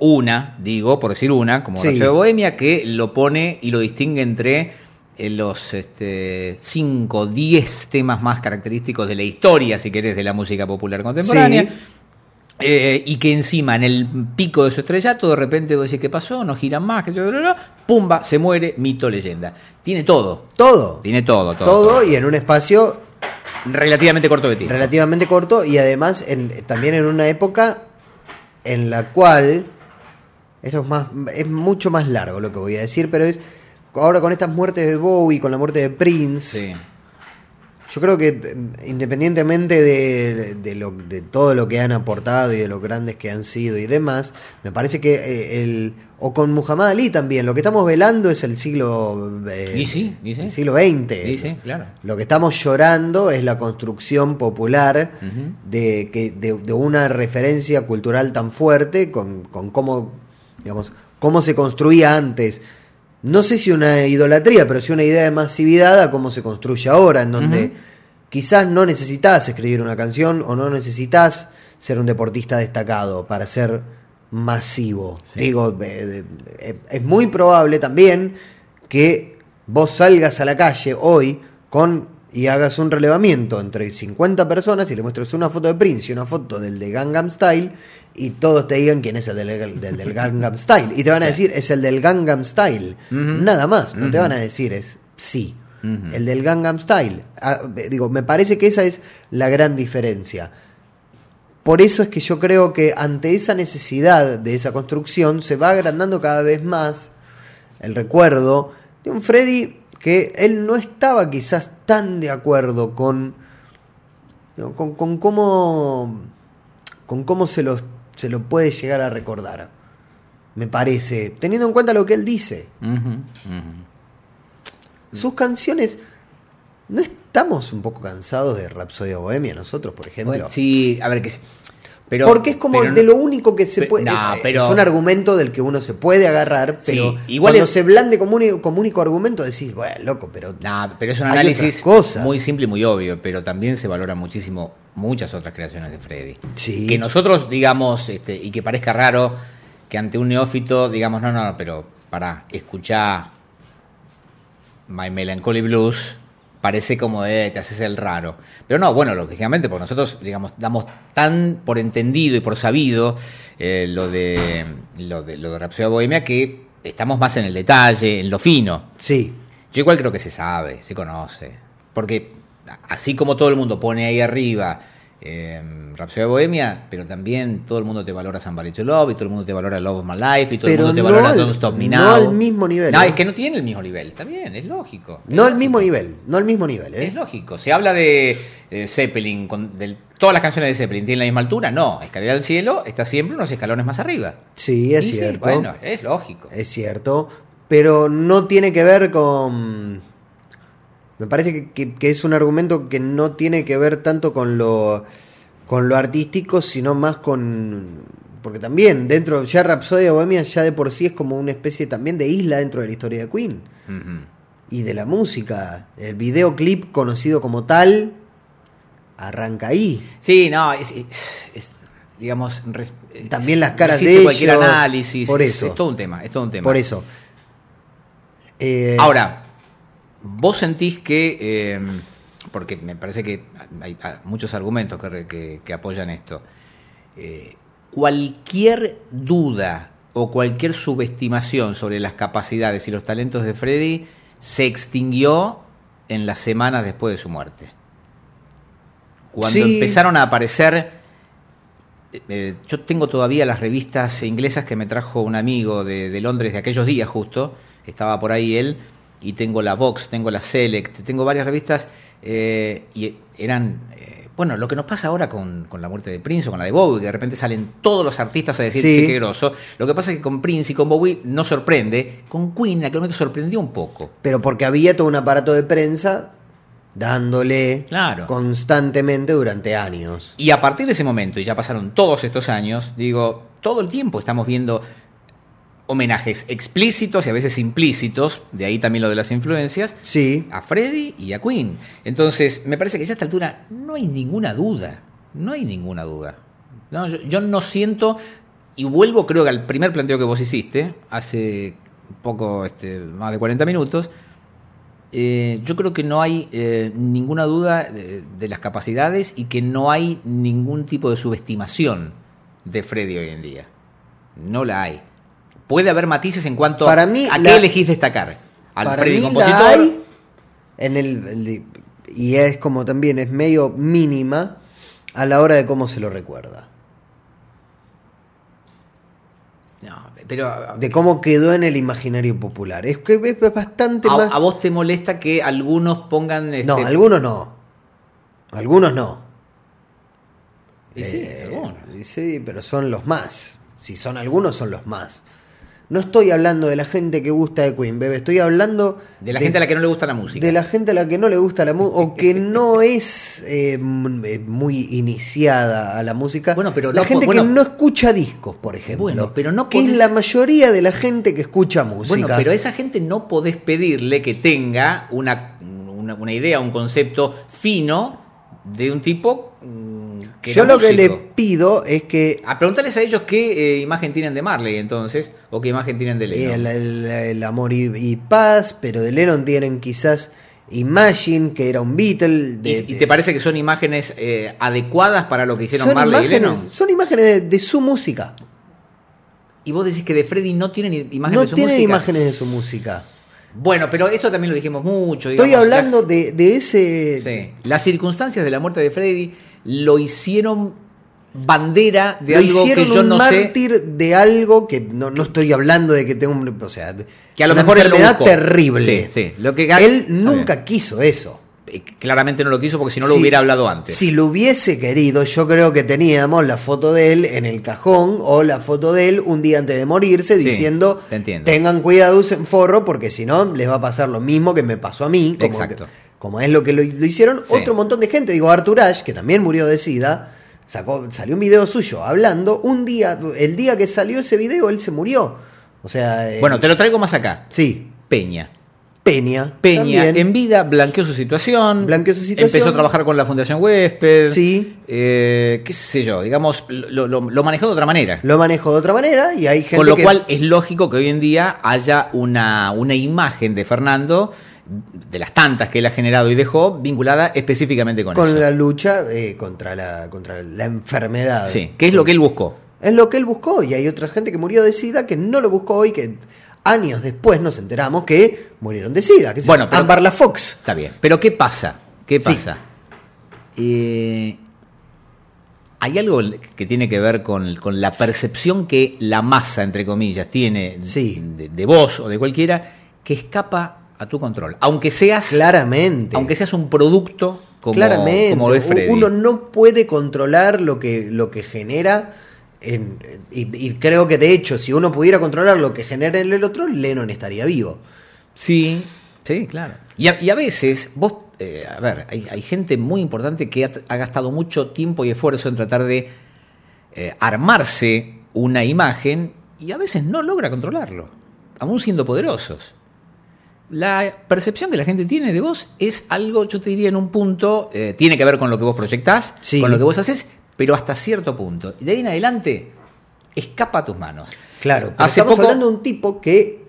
Speaker 2: una, digo, por decir una, como
Speaker 3: Sí.
Speaker 2: Rhapsody de Bohemia, que lo pone y lo distingue entre eh, los 5, 10 temas más característicos de la historia, si querés, de la música popular contemporánea.
Speaker 3: Sí.
Speaker 2: Eh, y que encima, en el pico de su estrellato, de repente vos decís, ¿qué pasó? No giran más, que yo, bla, bla, bla. pumba, se muere, mito, leyenda. Tiene todo,
Speaker 3: Todo.
Speaker 2: tiene todo, todo.
Speaker 3: Todo y en un espacio
Speaker 2: Relativamente corto de tiempo.
Speaker 3: relativamente corto y además en- también en una época en la cual eso es, más, es mucho más largo lo que voy a decir, pero es ahora con estas muertes de Bowie, con la muerte de Prince,
Speaker 2: Sí.
Speaker 3: Yo creo que eh, independientemente de, de lo- de todo lo que han aportado y de los grandes que han sido y demás, me parece que eh, el o con Muhammad Ali también, lo que estamos velando es el siglo eh,
Speaker 2: Y sí, y sí.
Speaker 3: el siglo XX.
Speaker 2: Sí, sí, claro.
Speaker 3: Lo que estamos llorando es la construcción popular
Speaker 2: Ujú.
Speaker 3: de, que, de, de una referencia cultural tan fuerte con, con cómo, digamos, cómo se construía antes. No sé si una idolatría, pero sí una idea de masividad a cómo se construye ahora, en donde
Speaker 2: Ujú.
Speaker 3: quizás no necesitas escribir una canción o no necesitas ser un deportista destacado para ser masivo. Digo, eh, de- eh, es muy probable también que vos salgas a la calle hoy con y hagas un relevamiento entre 50 personas y le muestres una foto de Prince y una foto del de Gangnam Style y todos te digan quién es el del, del, del Gangnam Style. Y te van a decir, es el del Gangnam Style. Nada más, no te van a decir, es sí. El del Gangnam Style. Ah, digo, me parece que esa es la gran diferencia. Por eso es que yo creo que ante esa necesidad de esa construcción se va agrandando cada vez más el recuerdo de un Freddy que él no estaba quizás tan de acuerdo con con, con cómo con cómo se lo, se lo puede llegar a recordar. Me parece, teniendo en cuenta lo que él dice. Sus canciones ¿No estamos un poco cansados de Rapsodia Bohemia nosotros, por ejemplo?
Speaker 2: Bueno, eh, sí, a ver que sí. Pero,
Speaker 3: Porque es como
Speaker 2: pero
Speaker 3: de
Speaker 2: no-
Speaker 3: lo único que se
Speaker 2: pe-
Speaker 3: puede.
Speaker 2: no,
Speaker 3: eh,
Speaker 2: pero-
Speaker 3: es un argumento del que uno se puede agarrar,
Speaker 2: Sí,
Speaker 3: pero
Speaker 2: igual
Speaker 3: cuando
Speaker 2: es-
Speaker 3: se blande como, uni- como único argumento, decís, bueno, loco, pero.
Speaker 2: Nah, pero es un
Speaker 3: Hay
Speaker 2: análisis
Speaker 3: otras cosas.
Speaker 2: muy simple y muy obvio, pero también se valora muchísimo muchas otras creaciones de Freddy.
Speaker 3: Sí.
Speaker 2: Que nosotros digamos, este, y que parezca raro, que ante un neófito digamos, no, no, no, pero para escuchar My Melancholy Blues, parece como de te haces el raro. Pero no, bueno, lógicamente, porque nosotros, digamos, damos tan por entendido y por sabido eh, lo de lo de lo de Rhapsody Bohemia que estamos más en el detalle, en lo fino.
Speaker 3: Sí,
Speaker 2: Yo igual creo que se sabe, se conoce. Porque a- así como todo el mundo pone ahí arriba eh, Rhapsody Bohemia, pero también todo el mundo te valora Somebody to Love, y todo el mundo te valora Love of My Life, y todo
Speaker 3: Pero
Speaker 2: el mundo
Speaker 3: no
Speaker 2: te valora
Speaker 3: al-
Speaker 2: Don't Stop Me
Speaker 3: no
Speaker 2: Now.
Speaker 3: al mismo nivel,
Speaker 2: No,
Speaker 3: ¿eh?
Speaker 2: es que no tiene el mismo nivel, está bien, es lógico.
Speaker 3: no al mismo nivel, no al mismo nivel, ¿eh?
Speaker 2: Es lógico. Se habla de eh, Zeppelin, con- del- todas las canciones de Zeppelin tienen la misma altura. No, Escalera al Cielo está siempre unos escalones más arriba.
Speaker 3: Sí, es
Speaker 2: Y sí,
Speaker 3: cierto. Eh,
Speaker 2: bueno, es lógico.
Speaker 3: Es cierto, pero no tiene que ver con... Me parece que, que- que es un argumento que no tiene que ver tanto con lo, con lo artístico, sino más con... Porque también dentro, ya Rapsodia Bohemia ya de por sí es como una especie también de isla dentro de la historia de Queen
Speaker 2: Ujú.
Speaker 3: y de la música. El videoclip conocido como tal arranca ahí.
Speaker 2: Sí, no, es, es- es, digamos... res- eh,
Speaker 3: También las
Speaker 2: no
Speaker 3: caras
Speaker 2: existe
Speaker 3: de
Speaker 2: cualquier
Speaker 3: ellos,
Speaker 2: análisis.
Speaker 3: por
Speaker 2: es-
Speaker 3: eso.
Speaker 2: Es, todo un tema, es todo un tema.
Speaker 3: Por eso. Eh,
Speaker 2: Ahora, vos sentís que, eh, porque me parece que hay ah, muchos argumentos que, re- que- que apoyan esto, eh, cualquier duda o cualquier subestimación sobre las capacidades y los talentos de Freddy se extinguió en las semanas después de su muerte. Cuando
Speaker 3: Sí.
Speaker 2: empezaron a aparecer eh, yo tengo todavía las revistas inglesas que me trajo un amigo de, de Londres de aquellos días justo, estaba por ahí él, y tengo la Vox, tengo la Select, tengo varias revistas, eh, y eran, eh, bueno, lo que nos pasa ahora con, con la muerte de Prince o con la de Bowie, que de repente salen todos los artistas a decir,
Speaker 3: Sí.
Speaker 2: che, qué groso. Lo que pasa es que con Prince y con Bowie no sorprende, con Queen en aquel momento sorprendió un poco.
Speaker 3: Pero porque había todo un aparato de prensa dándole
Speaker 2: Claro.
Speaker 3: constantemente durante años.
Speaker 2: Y a partir de ese momento, y ya pasaron todos estos años, digo, todo el tiempo estamos viendo homenajes explícitos y a veces implícitos, de ahí también lo de las influencias,
Speaker 3: Sí.
Speaker 2: a Freddy y a Queen. Entonces, me parece que ya a esta altura no hay ninguna duda, no hay ninguna duda. No, yo, yo no siento, y vuelvo creo que al primer planteo que vos hiciste, hace poco, este, más de 40 minutos, eh, yo creo que no hay eh, ninguna duda de, de las capacidades y que no hay ningún tipo de subestimación de Freddy hoy en día. No la hay. Puede haber matices en cuanto
Speaker 3: Para mí,
Speaker 2: a qué
Speaker 3: la-
Speaker 2: elegís destacar. Al
Speaker 3: Para
Speaker 2: Freddy
Speaker 3: mí la
Speaker 2: compositor.
Speaker 3: hay en el, el- y es como también es medio mínima a la hora de cómo se lo recuerda, Ah,
Speaker 2: No, pero a,
Speaker 3: de cómo quedó en el imaginario popular. Es que es es bastante
Speaker 2: a-
Speaker 3: más.
Speaker 2: a vos te molesta que algunos pongan. Este...
Speaker 3: no, algunos no, algunos no.
Speaker 2: Y sí,
Speaker 3: Eh,
Speaker 2: es algunos.
Speaker 3: y sí, pero son los más. Si son algunos, son los más. No estoy hablando de la gente que gusta de Queen, bebé. Estoy hablando
Speaker 2: De la gente a la que no le gusta la música.
Speaker 3: de la gente a la que no le gusta la música o que no es eh, m- eh, muy iniciada a la música.
Speaker 2: Bueno, pero
Speaker 3: la
Speaker 2: no po-
Speaker 3: gente
Speaker 2: bueno.
Speaker 3: que no escucha discos, por ejemplo.
Speaker 2: Bueno, pero no
Speaker 3: que es
Speaker 2: podés-
Speaker 3: la mayoría de la gente que escucha música.
Speaker 2: Bueno, pero a esa gente no podés pedirle que tenga una, una, una idea, un concepto fino de un tipo mm, que
Speaker 3: Yo
Speaker 2: era
Speaker 3: lo que le
Speaker 2: músico.
Speaker 3: pido es que
Speaker 2: A preguntarles a ellos qué eh, imagen tienen de Marley entonces, o qué imagen tienen de
Speaker 3: Eh,
Speaker 2: Lennon.
Speaker 3: el, el- el amor y, y paz, pero de Lennon tienen quizás Imagine, que era un Beatle. de-
Speaker 2: ¿Y, y te parece que son imágenes eh, adecuadas para lo que hicieron
Speaker 3: son
Speaker 2: Marley y
Speaker 3: imágenes,
Speaker 2: Lennon?
Speaker 3: son imágenes de, de su música.
Speaker 2: Y vos decís que de Freddy no tienen i- imágenes
Speaker 3: no
Speaker 2: de su
Speaker 3: tienen
Speaker 2: música.
Speaker 3: imágenes de su música.
Speaker 2: Bueno, pero esto también lo dijimos mucho.
Speaker 3: Estoy
Speaker 2: digamos,
Speaker 3: hablando
Speaker 2: las-
Speaker 3: de, de ese.
Speaker 2: sí, las circunstancias de la muerte de Freddy lo hicieron bandera de
Speaker 3: lo
Speaker 2: algo que
Speaker 3: hicieron
Speaker 2: yo
Speaker 3: un
Speaker 2: no sé.
Speaker 3: mártir de algo que no, no estoy hablando de que tenga un. O sea,
Speaker 2: Que a lo
Speaker 3: una
Speaker 2: mejor él lo
Speaker 3: enfermedad
Speaker 2: buscó.
Speaker 3: terrible.
Speaker 2: Sí, sí. Lo que-
Speaker 3: él
Speaker 2: Está
Speaker 3: nunca quiso eso.
Speaker 2: Eh, Claramente no lo quiso porque si no lo
Speaker 3: Si-
Speaker 2: hubiera hablado antes.
Speaker 3: Si lo hubiese querido, yo creo que teníamos la foto de él en el cajón o la foto de él un día antes de morirse
Speaker 2: Sí,
Speaker 3: diciendo,
Speaker 2: te entiendo.
Speaker 3: tengan cuidado, usen forro, porque si no les va a pasar lo mismo que me pasó a mí. Como
Speaker 2: Exacto.
Speaker 3: que- como es lo que lo, lo hicieron
Speaker 2: Sí.
Speaker 3: otro montón de gente. Digo, Artur Ashe, que también murió de SIDA, sacó, salió un video suyo hablando. Un día, el día que salió ese video, él se murió. O sea, eh,
Speaker 2: Bueno, te lo traigo más acá.
Speaker 3: sí,
Speaker 2: Peña.
Speaker 3: Peña.
Speaker 2: Peña
Speaker 3: también.
Speaker 2: en vida blanqueó su situación.
Speaker 3: Blanqueó su situación.
Speaker 2: Empezó a trabajar con la Fundación Huésped.
Speaker 3: Sí.
Speaker 2: Eh, qué sé yo, digamos, lo, lo- lo manejó de otra manera.
Speaker 3: Lo manejó de otra manera y hay gente
Speaker 2: Con lo
Speaker 3: que-
Speaker 2: cual es lógico que hoy en día haya una, una imagen de Fernando, de las tantas que él ha generado y dejó, vinculada específicamente con,
Speaker 3: con
Speaker 2: eso.
Speaker 3: la lucha eh, contra la contra la enfermedad.
Speaker 2: Sí, que es lo que él buscó.
Speaker 3: Es lo que él buscó y hay otra gente que murió de SIDA que no lo buscó y que años después nos enteramos que murieron de SIDA. Que
Speaker 2: Bueno, pero-
Speaker 3: Ambarla Fox.
Speaker 2: Está bien. Pero ¿qué pasa? ¿Qué
Speaker 3: Sí.
Speaker 2: pasa? Eh, hay algo que tiene que ver con, con la percepción que la masa, entre comillas, tiene
Speaker 3: Sí.
Speaker 2: de, de vos o de cualquiera, que escapa a tu control. Aunque seas,
Speaker 3: Claramente.
Speaker 2: aunque seas un producto como,
Speaker 3: claramente.
Speaker 2: como lo es
Speaker 3: U-
Speaker 2: Freddy.
Speaker 3: Uno no puede controlar lo que, lo que genera. en- y, y creo que de hecho, si uno pudiera controlar lo que genera en el otro, Lennon estaría vivo.
Speaker 2: Sí, sí, claro. Y a, y a veces, vos, eh, a ver, hay, hay gente muy importante que ha, ha gastado mucho tiempo y esfuerzo en tratar de eh, armarse una imagen y a veces no logra controlarlo, aún siendo poderosos. La percepción que la gente tiene de vos es algo, yo te diría en un punto, eh, tiene que ver con lo que vos proyectás,
Speaker 3: Sí.
Speaker 2: con lo que vos haces, pero hasta cierto punto. Y de ahí en adelante, escapa a tus manos.
Speaker 3: Claro, pero
Speaker 2: Hace
Speaker 3: estamos
Speaker 2: poco-
Speaker 3: hablando de un tipo que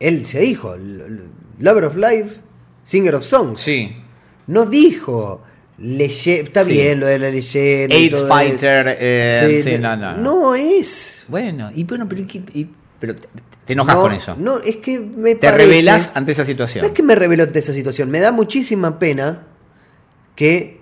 Speaker 3: él se dijo, l- l- Lover of Life, Singer of Songs.
Speaker 2: Sí,
Speaker 3: No dijo leye- está
Speaker 2: Sí.
Speaker 3: bien lo de la leyenda. y
Speaker 2: AIDS
Speaker 3: todo
Speaker 2: Fighter,
Speaker 3: eso.
Speaker 2: eh, sí,
Speaker 3: le-
Speaker 2: no, no, no.
Speaker 3: es.
Speaker 2: Bueno, y bueno, pero, ¿qué- y- pero te, te enojas
Speaker 3: no,
Speaker 2: con eso.
Speaker 3: No, es que me
Speaker 2: te
Speaker 3: parece-
Speaker 2: revelas ante esa situación.
Speaker 3: No es que me reveló de esa situación. Me da muchísima pena que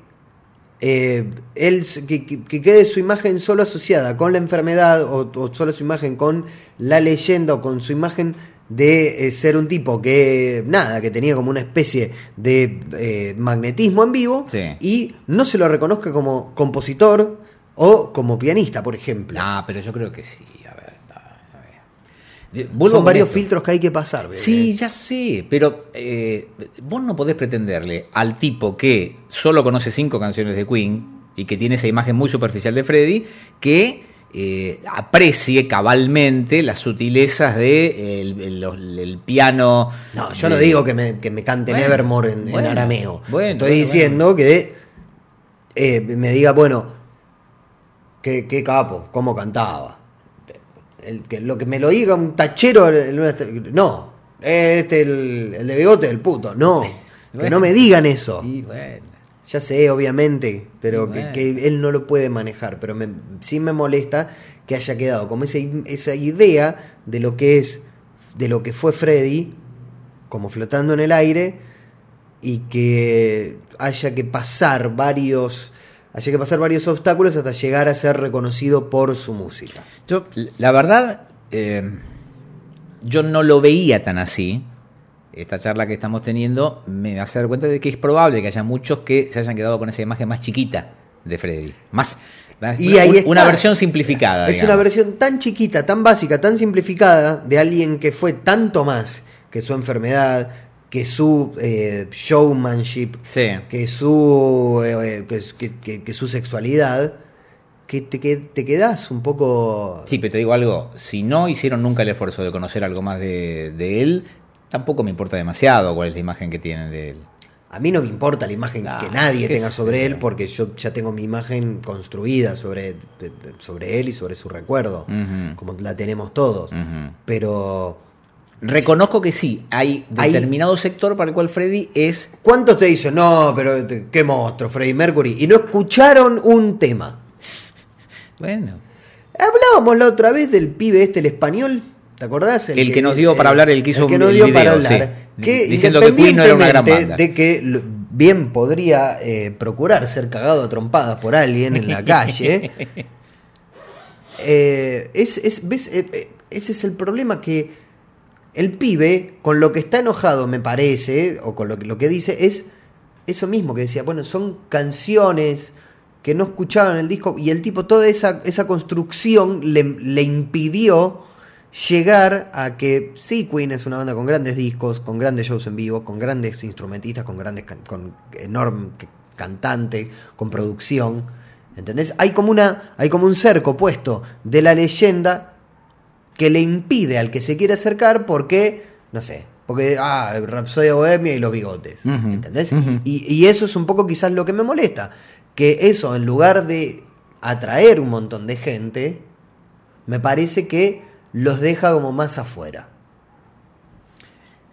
Speaker 3: eh, él s- que, que- que quede su imagen solo asociada con la enfermedad o, o solo su imagen con la leyenda o con su imagen de eh, ser un tipo que nada, que tenía como una especie de eh, magnetismo en vivo
Speaker 2: Sí.
Speaker 3: y no se lo reconozca como compositor o como pianista, por ejemplo.
Speaker 2: No, pero yo creo que sí. A ver, no, a ver. De-
Speaker 3: Son
Speaker 2: vuelvo con
Speaker 3: varios
Speaker 2: esto.
Speaker 3: filtros eh. que hay que pasar. bebé.
Speaker 2: Sí, ya sé, pero eh, vos no podés pretenderle al tipo que solo conoce cinco canciones de Queen y que tiene esa imagen muy superficial de Freddy, que eh, aprecie cabalmente las sutilezas de el, el- los- el piano.
Speaker 3: No, yo no
Speaker 2: de-
Speaker 3: digo que me, que me cante
Speaker 2: Bueno,
Speaker 3: Nevermore en, en
Speaker 2: bueno,
Speaker 3: arameo.
Speaker 2: bueno,
Speaker 3: Estoy
Speaker 2: bueno,
Speaker 3: diciendo que eh, me diga, bueno, qué, qué capo, cómo cantaba. El, que, lo que me lo diga un tachero, el- el- no, este el, el de bigote, el puto,
Speaker 2: [LAUGHS]
Speaker 3: no. Que no me digan eso.
Speaker 2: Y bueno.
Speaker 3: Ya sé, obviamente, pero que,
Speaker 2: Bueno.
Speaker 3: que él no lo puede manejar. Pero me, sí me molesta que haya quedado como esa, i- esa idea de lo que es, de lo que fue Freddy, como flotando en el aire, y que haya que pasar varios, haya que pasar varios obstáculos hasta llegar a ser reconocido por su música.
Speaker 2: Yo, la verdad, eh, yo no lo veía tan así. Esta charla que estamos teniendo me hace dar cuenta de que es probable que haya muchos que se hayan quedado con esa imagen más chiquita de Freddy. Más, más-
Speaker 3: Y
Speaker 2: una,
Speaker 3: ahí
Speaker 2: un-
Speaker 3: está.
Speaker 2: una versión simplificada.
Speaker 3: Es
Speaker 2: Ah, digamos.
Speaker 3: una versión tan chiquita, tan básica, tan simplificada de alguien que fue tanto más que su enfermedad, que su eh, showmanship,
Speaker 2: Sí.
Speaker 3: que su eh, eh, que, que- que- que su sexualidad que te, que te quedás un poco
Speaker 2: Sí, pero te digo algo, si no hicieron nunca el esfuerzo de conocer algo más de, de él, tampoco me importa demasiado cuál es la imagen que tienen de él.
Speaker 3: a mí no me importa la imagen
Speaker 2: Ah,
Speaker 3: que nadie
Speaker 2: qué
Speaker 3: tenga sobre
Speaker 2: sé.
Speaker 3: él porque yo ya tengo mi imagen construida sobre, de- de- sobre él y sobre su recuerdo
Speaker 2: Ujú.
Speaker 3: como la tenemos todos
Speaker 2: Ujú.
Speaker 3: pero
Speaker 2: Reconozco que sí, hay
Speaker 3: Ahí-
Speaker 2: determinado sector para el cual Freddy es
Speaker 3: ¿Cuántos te dicen, no, pero te- qué monstruo, Freddie Mercury? Y no escucharon un tema.
Speaker 2: Bueno.
Speaker 3: Hablábamos la otra vez del pibe este, el español. ¿Te acordás?
Speaker 2: El que nos dio para hablar, el que hizo
Speaker 3: que
Speaker 2: un-
Speaker 3: nos
Speaker 2: el
Speaker 3: dio
Speaker 2: video,
Speaker 3: para hablar.
Speaker 2: sí.
Speaker 3: Que
Speaker 2: Diciendo que Queen no era una gran
Speaker 3: independientemente
Speaker 2: banda.
Speaker 3: De que lo- bien podría eh, procurar ser cagado a trompadas por alguien en la
Speaker 2: [LAUGHS]
Speaker 3: calle. eh, es, es- ¿ves? Eh, eh, ese es el problema que el pibe, con lo que está enojado, me parece, o con lo, que- lo que dice, es eso mismo que decía, bueno, son canciones que no escucharon el disco y el tipo, toda esa, esa construcción le, le impidió llegar a que sí, Queen es una banda con grandes discos, con grandes shows en vivo, con grandes instrumentistas, con grandes can- con enorme c- cantante, con producción. ¿Entendés? Hay como una. Hay como un cerco puesto de la leyenda que le impide al que se quiere acercar porque, no sé, porque, ah, Rapsodia Bohemia y los bigotes,
Speaker 2: Ujú,
Speaker 3: ¿entendés?
Speaker 2: ujú.
Speaker 3: y, y eso es un poco quizás lo que me molesta, que eso en lugar de atraer un montón de gente, me parece que los deja como más afuera.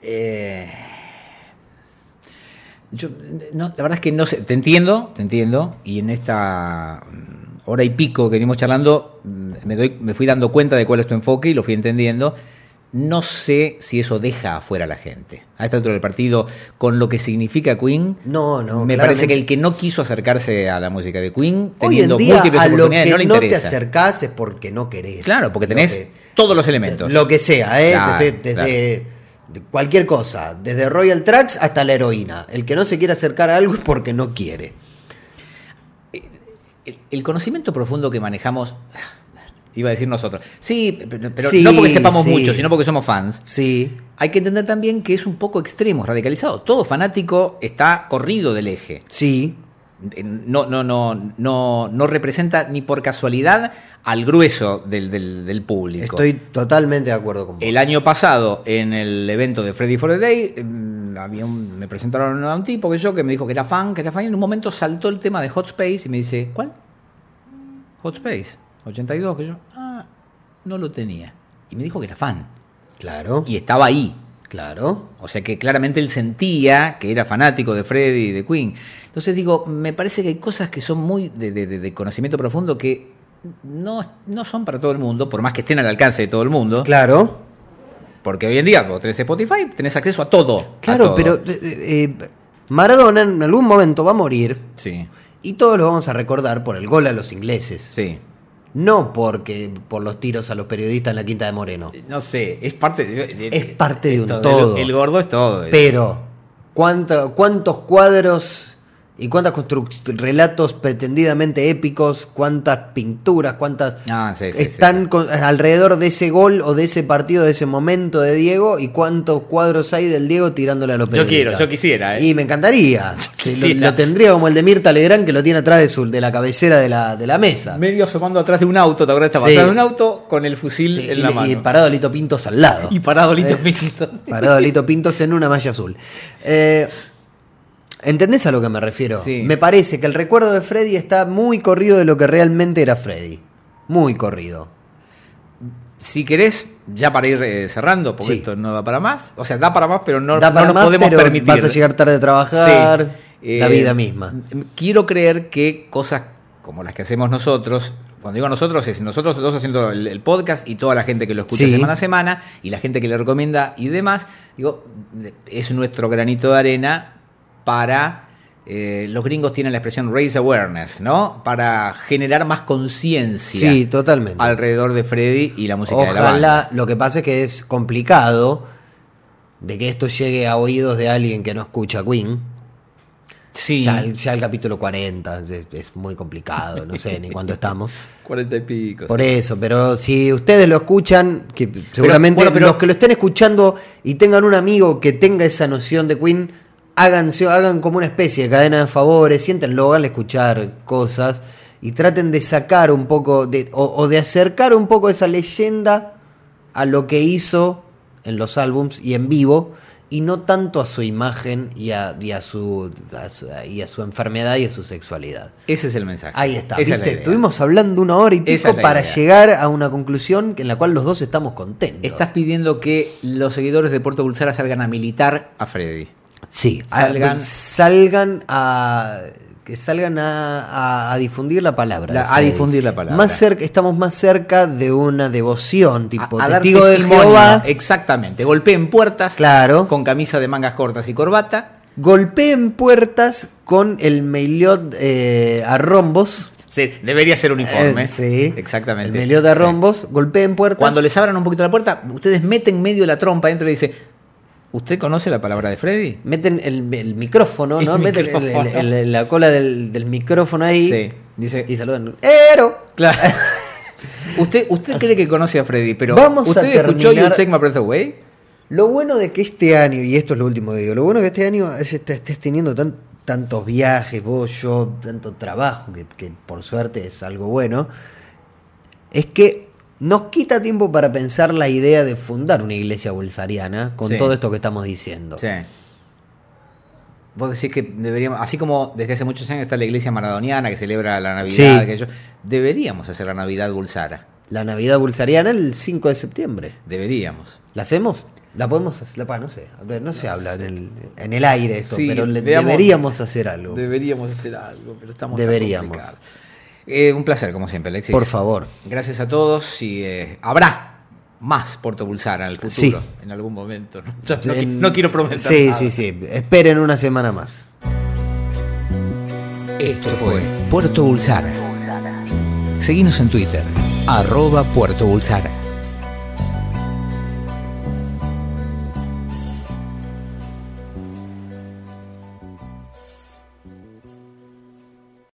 Speaker 2: eh, yo, no, la verdad es que no sé. Te entiendo, te entiendo. Y en esta mm, hora y pico que venimos charlando, mm, me, doy, me fui dando cuenta de cuál es tu enfoque y lo fui entendiendo. No sé si eso deja afuera a la gente. A esta altura del partido, con lo que significa Queen.
Speaker 3: No, no,
Speaker 2: me
Speaker 3: claramente.
Speaker 2: parece que el que no quiso acercarse a la música de Queen,
Speaker 3: Hoy en
Speaker 2: teniendo
Speaker 3: día
Speaker 2: múltiples
Speaker 3: a lo
Speaker 2: oportunidades,
Speaker 3: que
Speaker 2: no
Speaker 3: no,
Speaker 2: le
Speaker 3: te
Speaker 2: interesa.
Speaker 3: acercás es porque no querés.
Speaker 2: claro, porque
Speaker 3: Lo
Speaker 2: tenés
Speaker 3: que-
Speaker 2: todos los elementos.
Speaker 3: Lo que sea, ¿eh?
Speaker 2: Claro,
Speaker 3: desde, desde cualquier cosa, desde Royal Tracks hasta la heroína. El que no se quiere acercar a algo es porque no quiere.
Speaker 2: El, el conocimiento profundo que manejamos, [SIGHS] iba a decir nosotros, sí, pero, pero
Speaker 3: Sí,
Speaker 2: no porque sepamos
Speaker 3: sí.
Speaker 2: mucho, sino porque somos fans.
Speaker 3: Sí,
Speaker 2: Hay que entender también que es un poco extremo, radicalizado. Todo fanático está corrido del eje.
Speaker 3: sí,
Speaker 2: No, no, no, no, no representa ni por casualidad al grueso del, del- del público.
Speaker 3: estoy totalmente de acuerdo con vos.
Speaker 2: El año pasado, en el evento de Freddy for the Day, mm, había un- me presentaron a un tipo que yo que me dijo que era fan, que era fan, y en un momento saltó el tema de Hot Space y me dice, ¿cuál? Hot Space, 82, que yo, ah, no lo tenía. Y me dijo que era fan.
Speaker 3: Claro,
Speaker 2: Y estaba ahí.
Speaker 3: claro.
Speaker 2: O sea que claramente él sentía que era fanático de Freddy y de Queen. Entonces digo, me parece que hay cosas que son muy de, de- de- de conocimiento profundo que no, no son para todo el mundo, por más que estén al alcance de todo el mundo.
Speaker 3: Claro,
Speaker 2: Porque hoy en día, vos tenés Spotify, tenés acceso a todo. a
Speaker 3: claro,
Speaker 2: todo.
Speaker 3: pero eh, eh, Maradona en algún momento va a morir
Speaker 2: Sí,
Speaker 3: y todos lo vamos a recordar por el gol a los ingleses.
Speaker 2: sí.
Speaker 3: No porque por los tiros a los periodistas en la Quinta de Moreno.
Speaker 2: No sé, es parte de.
Speaker 3: Es parte de un
Speaker 2: Eh, esto,
Speaker 3: todo.
Speaker 2: lo- El gordo es todo.
Speaker 3: Pero, ¿cuánto- ¿cuántos cuadros y cuántos construc- relatos pretendidamente épicos, cuántas pinturas, cuántas
Speaker 2: Ah, sí, sí, sí,
Speaker 3: están
Speaker 2: sí.
Speaker 3: con- alrededor de ese gol o de ese partido, de ese momento de Diego y cuántos cuadros hay del Diego tirándole a los
Speaker 2: Yo quiero,
Speaker 3: periodistas?
Speaker 2: yo quisiera, ¿eh?
Speaker 3: Y
Speaker 2: [LAUGHS]
Speaker 3: me encantaría. Que lo-
Speaker 2: quisiera.
Speaker 3: Lo, tendría como el de Mirta Legrand que lo tiene atrás de, su, de la cabecera de la, de la mesa.
Speaker 2: Medio asomando atrás de un auto, ¿te acuerdas? Estaba
Speaker 3: Sí.
Speaker 2: atrás de un auto con el fusil
Speaker 3: Sí, y,
Speaker 2: en la mano.
Speaker 3: y Eh. parado Lito Pintos al lado.
Speaker 2: Y parado listo minutos.
Speaker 3: Parado Lito Pintos en una malla azul. Eh, ¿Entendés a lo que me refiero?
Speaker 2: Sí.
Speaker 3: Me parece que el recuerdo de Freddy está muy corrido de lo que realmente era Freddy. Muy corrido.
Speaker 2: Si querés, ya para ir eh, cerrando, porque
Speaker 3: Sí.
Speaker 2: esto no da para más. O sea, da para más, pero no,
Speaker 3: Da
Speaker 2: no
Speaker 3: para
Speaker 2: nos
Speaker 3: más,
Speaker 2: podemos
Speaker 3: pero
Speaker 2: permitir.
Speaker 3: Vas a llegar tarde a trabajar.
Speaker 2: Sí.
Speaker 3: La
Speaker 2: Eh,
Speaker 3: vida misma.
Speaker 2: m- Quiero creer que cosas como las que hacemos nosotros, cuando digo nosotros, es nosotros dos haciendo el, el podcast y toda la gente que lo escucha
Speaker 3: Sí.
Speaker 2: semana a semana y la gente que le recomienda y demás, digo, es nuestro granito de arena para. eh, los gringos tienen la expresión raise awareness, ¿no? Para generar más conciencia
Speaker 3: Sí, totalmente.
Speaker 2: alrededor de Freddy y la música de la banda.
Speaker 3: Ojalá, lo que pasa es que es complicado de que esto llegue a oídos de alguien que no escucha Queen.
Speaker 2: Sí,
Speaker 3: Ya, el- ya el capítulo 40 es, es muy complicado, no sé ni cuánto estamos.
Speaker 2: cuarenta y pico.
Speaker 3: Por eso, pero si ustedes lo escuchan, que seguramente
Speaker 2: bueno, pero-
Speaker 3: los que lo estén escuchando y tengan un amigo que tenga esa noción de Queen, háganse, hagan como una especie de cadena de favores, siéntenlo al escuchar cosas y traten de sacar un poco, de, o, o de acercar un poco esa leyenda a lo que hizo en los álbums y en vivo y no tanto a su imagen y a, y a su, a su- y a su enfermedad y a su sexualidad.
Speaker 2: Ese es el mensaje.
Speaker 3: Ahí está,
Speaker 2: Esa es la
Speaker 3: ¿viste?
Speaker 2: idea.
Speaker 3: Estuvimos hablando una hora y
Speaker 2: Esa
Speaker 3: pico
Speaker 2: es la
Speaker 3: para
Speaker 2: idea.
Speaker 3: llegar a una conclusión en la cual los dos estamos contentos.
Speaker 2: Estás pidiendo que los seguidores de Puerto Bulsara salgan a militar a Freddy.
Speaker 3: Sí, a-
Speaker 2: Salgan-
Speaker 3: salgan a que salgan a, a- a difundir la palabra.
Speaker 2: La-
Speaker 3: de
Speaker 2: a
Speaker 3: Freddy.
Speaker 2: difundir la palabra.
Speaker 3: Más cerca, estamos más cerca de una devoción, tipo
Speaker 2: A- a dar
Speaker 3: testigo de
Speaker 2: testimonio.
Speaker 3: Jehová.
Speaker 2: Exactamente. Golpeen puertas.
Speaker 3: Claro.
Speaker 2: Con camisa de mangas cortas y corbata.
Speaker 3: Golpeen puertas con el maillot eh, a rombos.
Speaker 2: Sí, debería ser uniforme.
Speaker 3: Eh, sí.
Speaker 2: Exactamente.
Speaker 3: El maillot a
Speaker 2: Sí.
Speaker 3: rombos, golpeen puertas.
Speaker 2: Cuando les abran un poquito la puerta, ustedes meten medio la trompa dentro y le dicen, ¿usted conoce la palabra de Freddy?
Speaker 3: Meten el, el micrófono,
Speaker 2: El
Speaker 3: ¿no? Meten el-
Speaker 2: micrófono.
Speaker 3: el- el- la cola del, del micrófono ahí.
Speaker 2: Sí. Dice,
Speaker 3: Y saludan. ¡Ero!
Speaker 2: claro. [LAUGHS] usted, usted cree que conoce a Freddy, pero
Speaker 3: Vamos a
Speaker 2: ¿usted escuchó
Speaker 3: terminar-
Speaker 2: You Take My Breath Away?
Speaker 3: Lo bueno de que este año, y esto es lo último que digo, lo bueno que este año es est- estés teniendo tan- tantos viajes, vos, yo, tanto trabajo, que, que por suerte es algo bueno, es que nos quita tiempo para pensar la idea de fundar una iglesia bolsariana con
Speaker 2: Sí.
Speaker 3: todo esto que estamos diciendo.
Speaker 2: Sí. Vos decís que deberíamos, así como desde hace muchos años está la iglesia maradoniana que celebra la Navidad,
Speaker 3: Sí.
Speaker 2: que yo- deberíamos hacer la Navidad bulsara.
Speaker 3: La Navidad bolsariana el 5 de septiembre.
Speaker 2: Deberíamos.
Speaker 3: ¿La hacemos? La podemos hacer, la, pa, no sé, a ver, no se habla en el, en el aire esto,
Speaker 2: Sí,
Speaker 3: pero le-
Speaker 2: veamos-
Speaker 3: deberíamos hacer algo.
Speaker 2: Deberíamos hacer algo, pero estamos
Speaker 3: tan Deberíamos. complicados.
Speaker 2: Eh, un placer, como siempre, Alexis.
Speaker 3: Por favor.
Speaker 2: Gracias a todos y eh, habrá más Puerto Bulsara en el futuro,
Speaker 3: Sí.
Speaker 2: en algún momento. [LAUGHS] ¿no? Ya no, qui-
Speaker 3: En-
Speaker 2: no quiero prometer
Speaker 3: Sí,
Speaker 2: nada.
Speaker 3: sí, sí. Esperen una semana más.
Speaker 1: Esto fue Puerto Bulsara. Seguimos en Twitter, arroba Puerto Bulsara.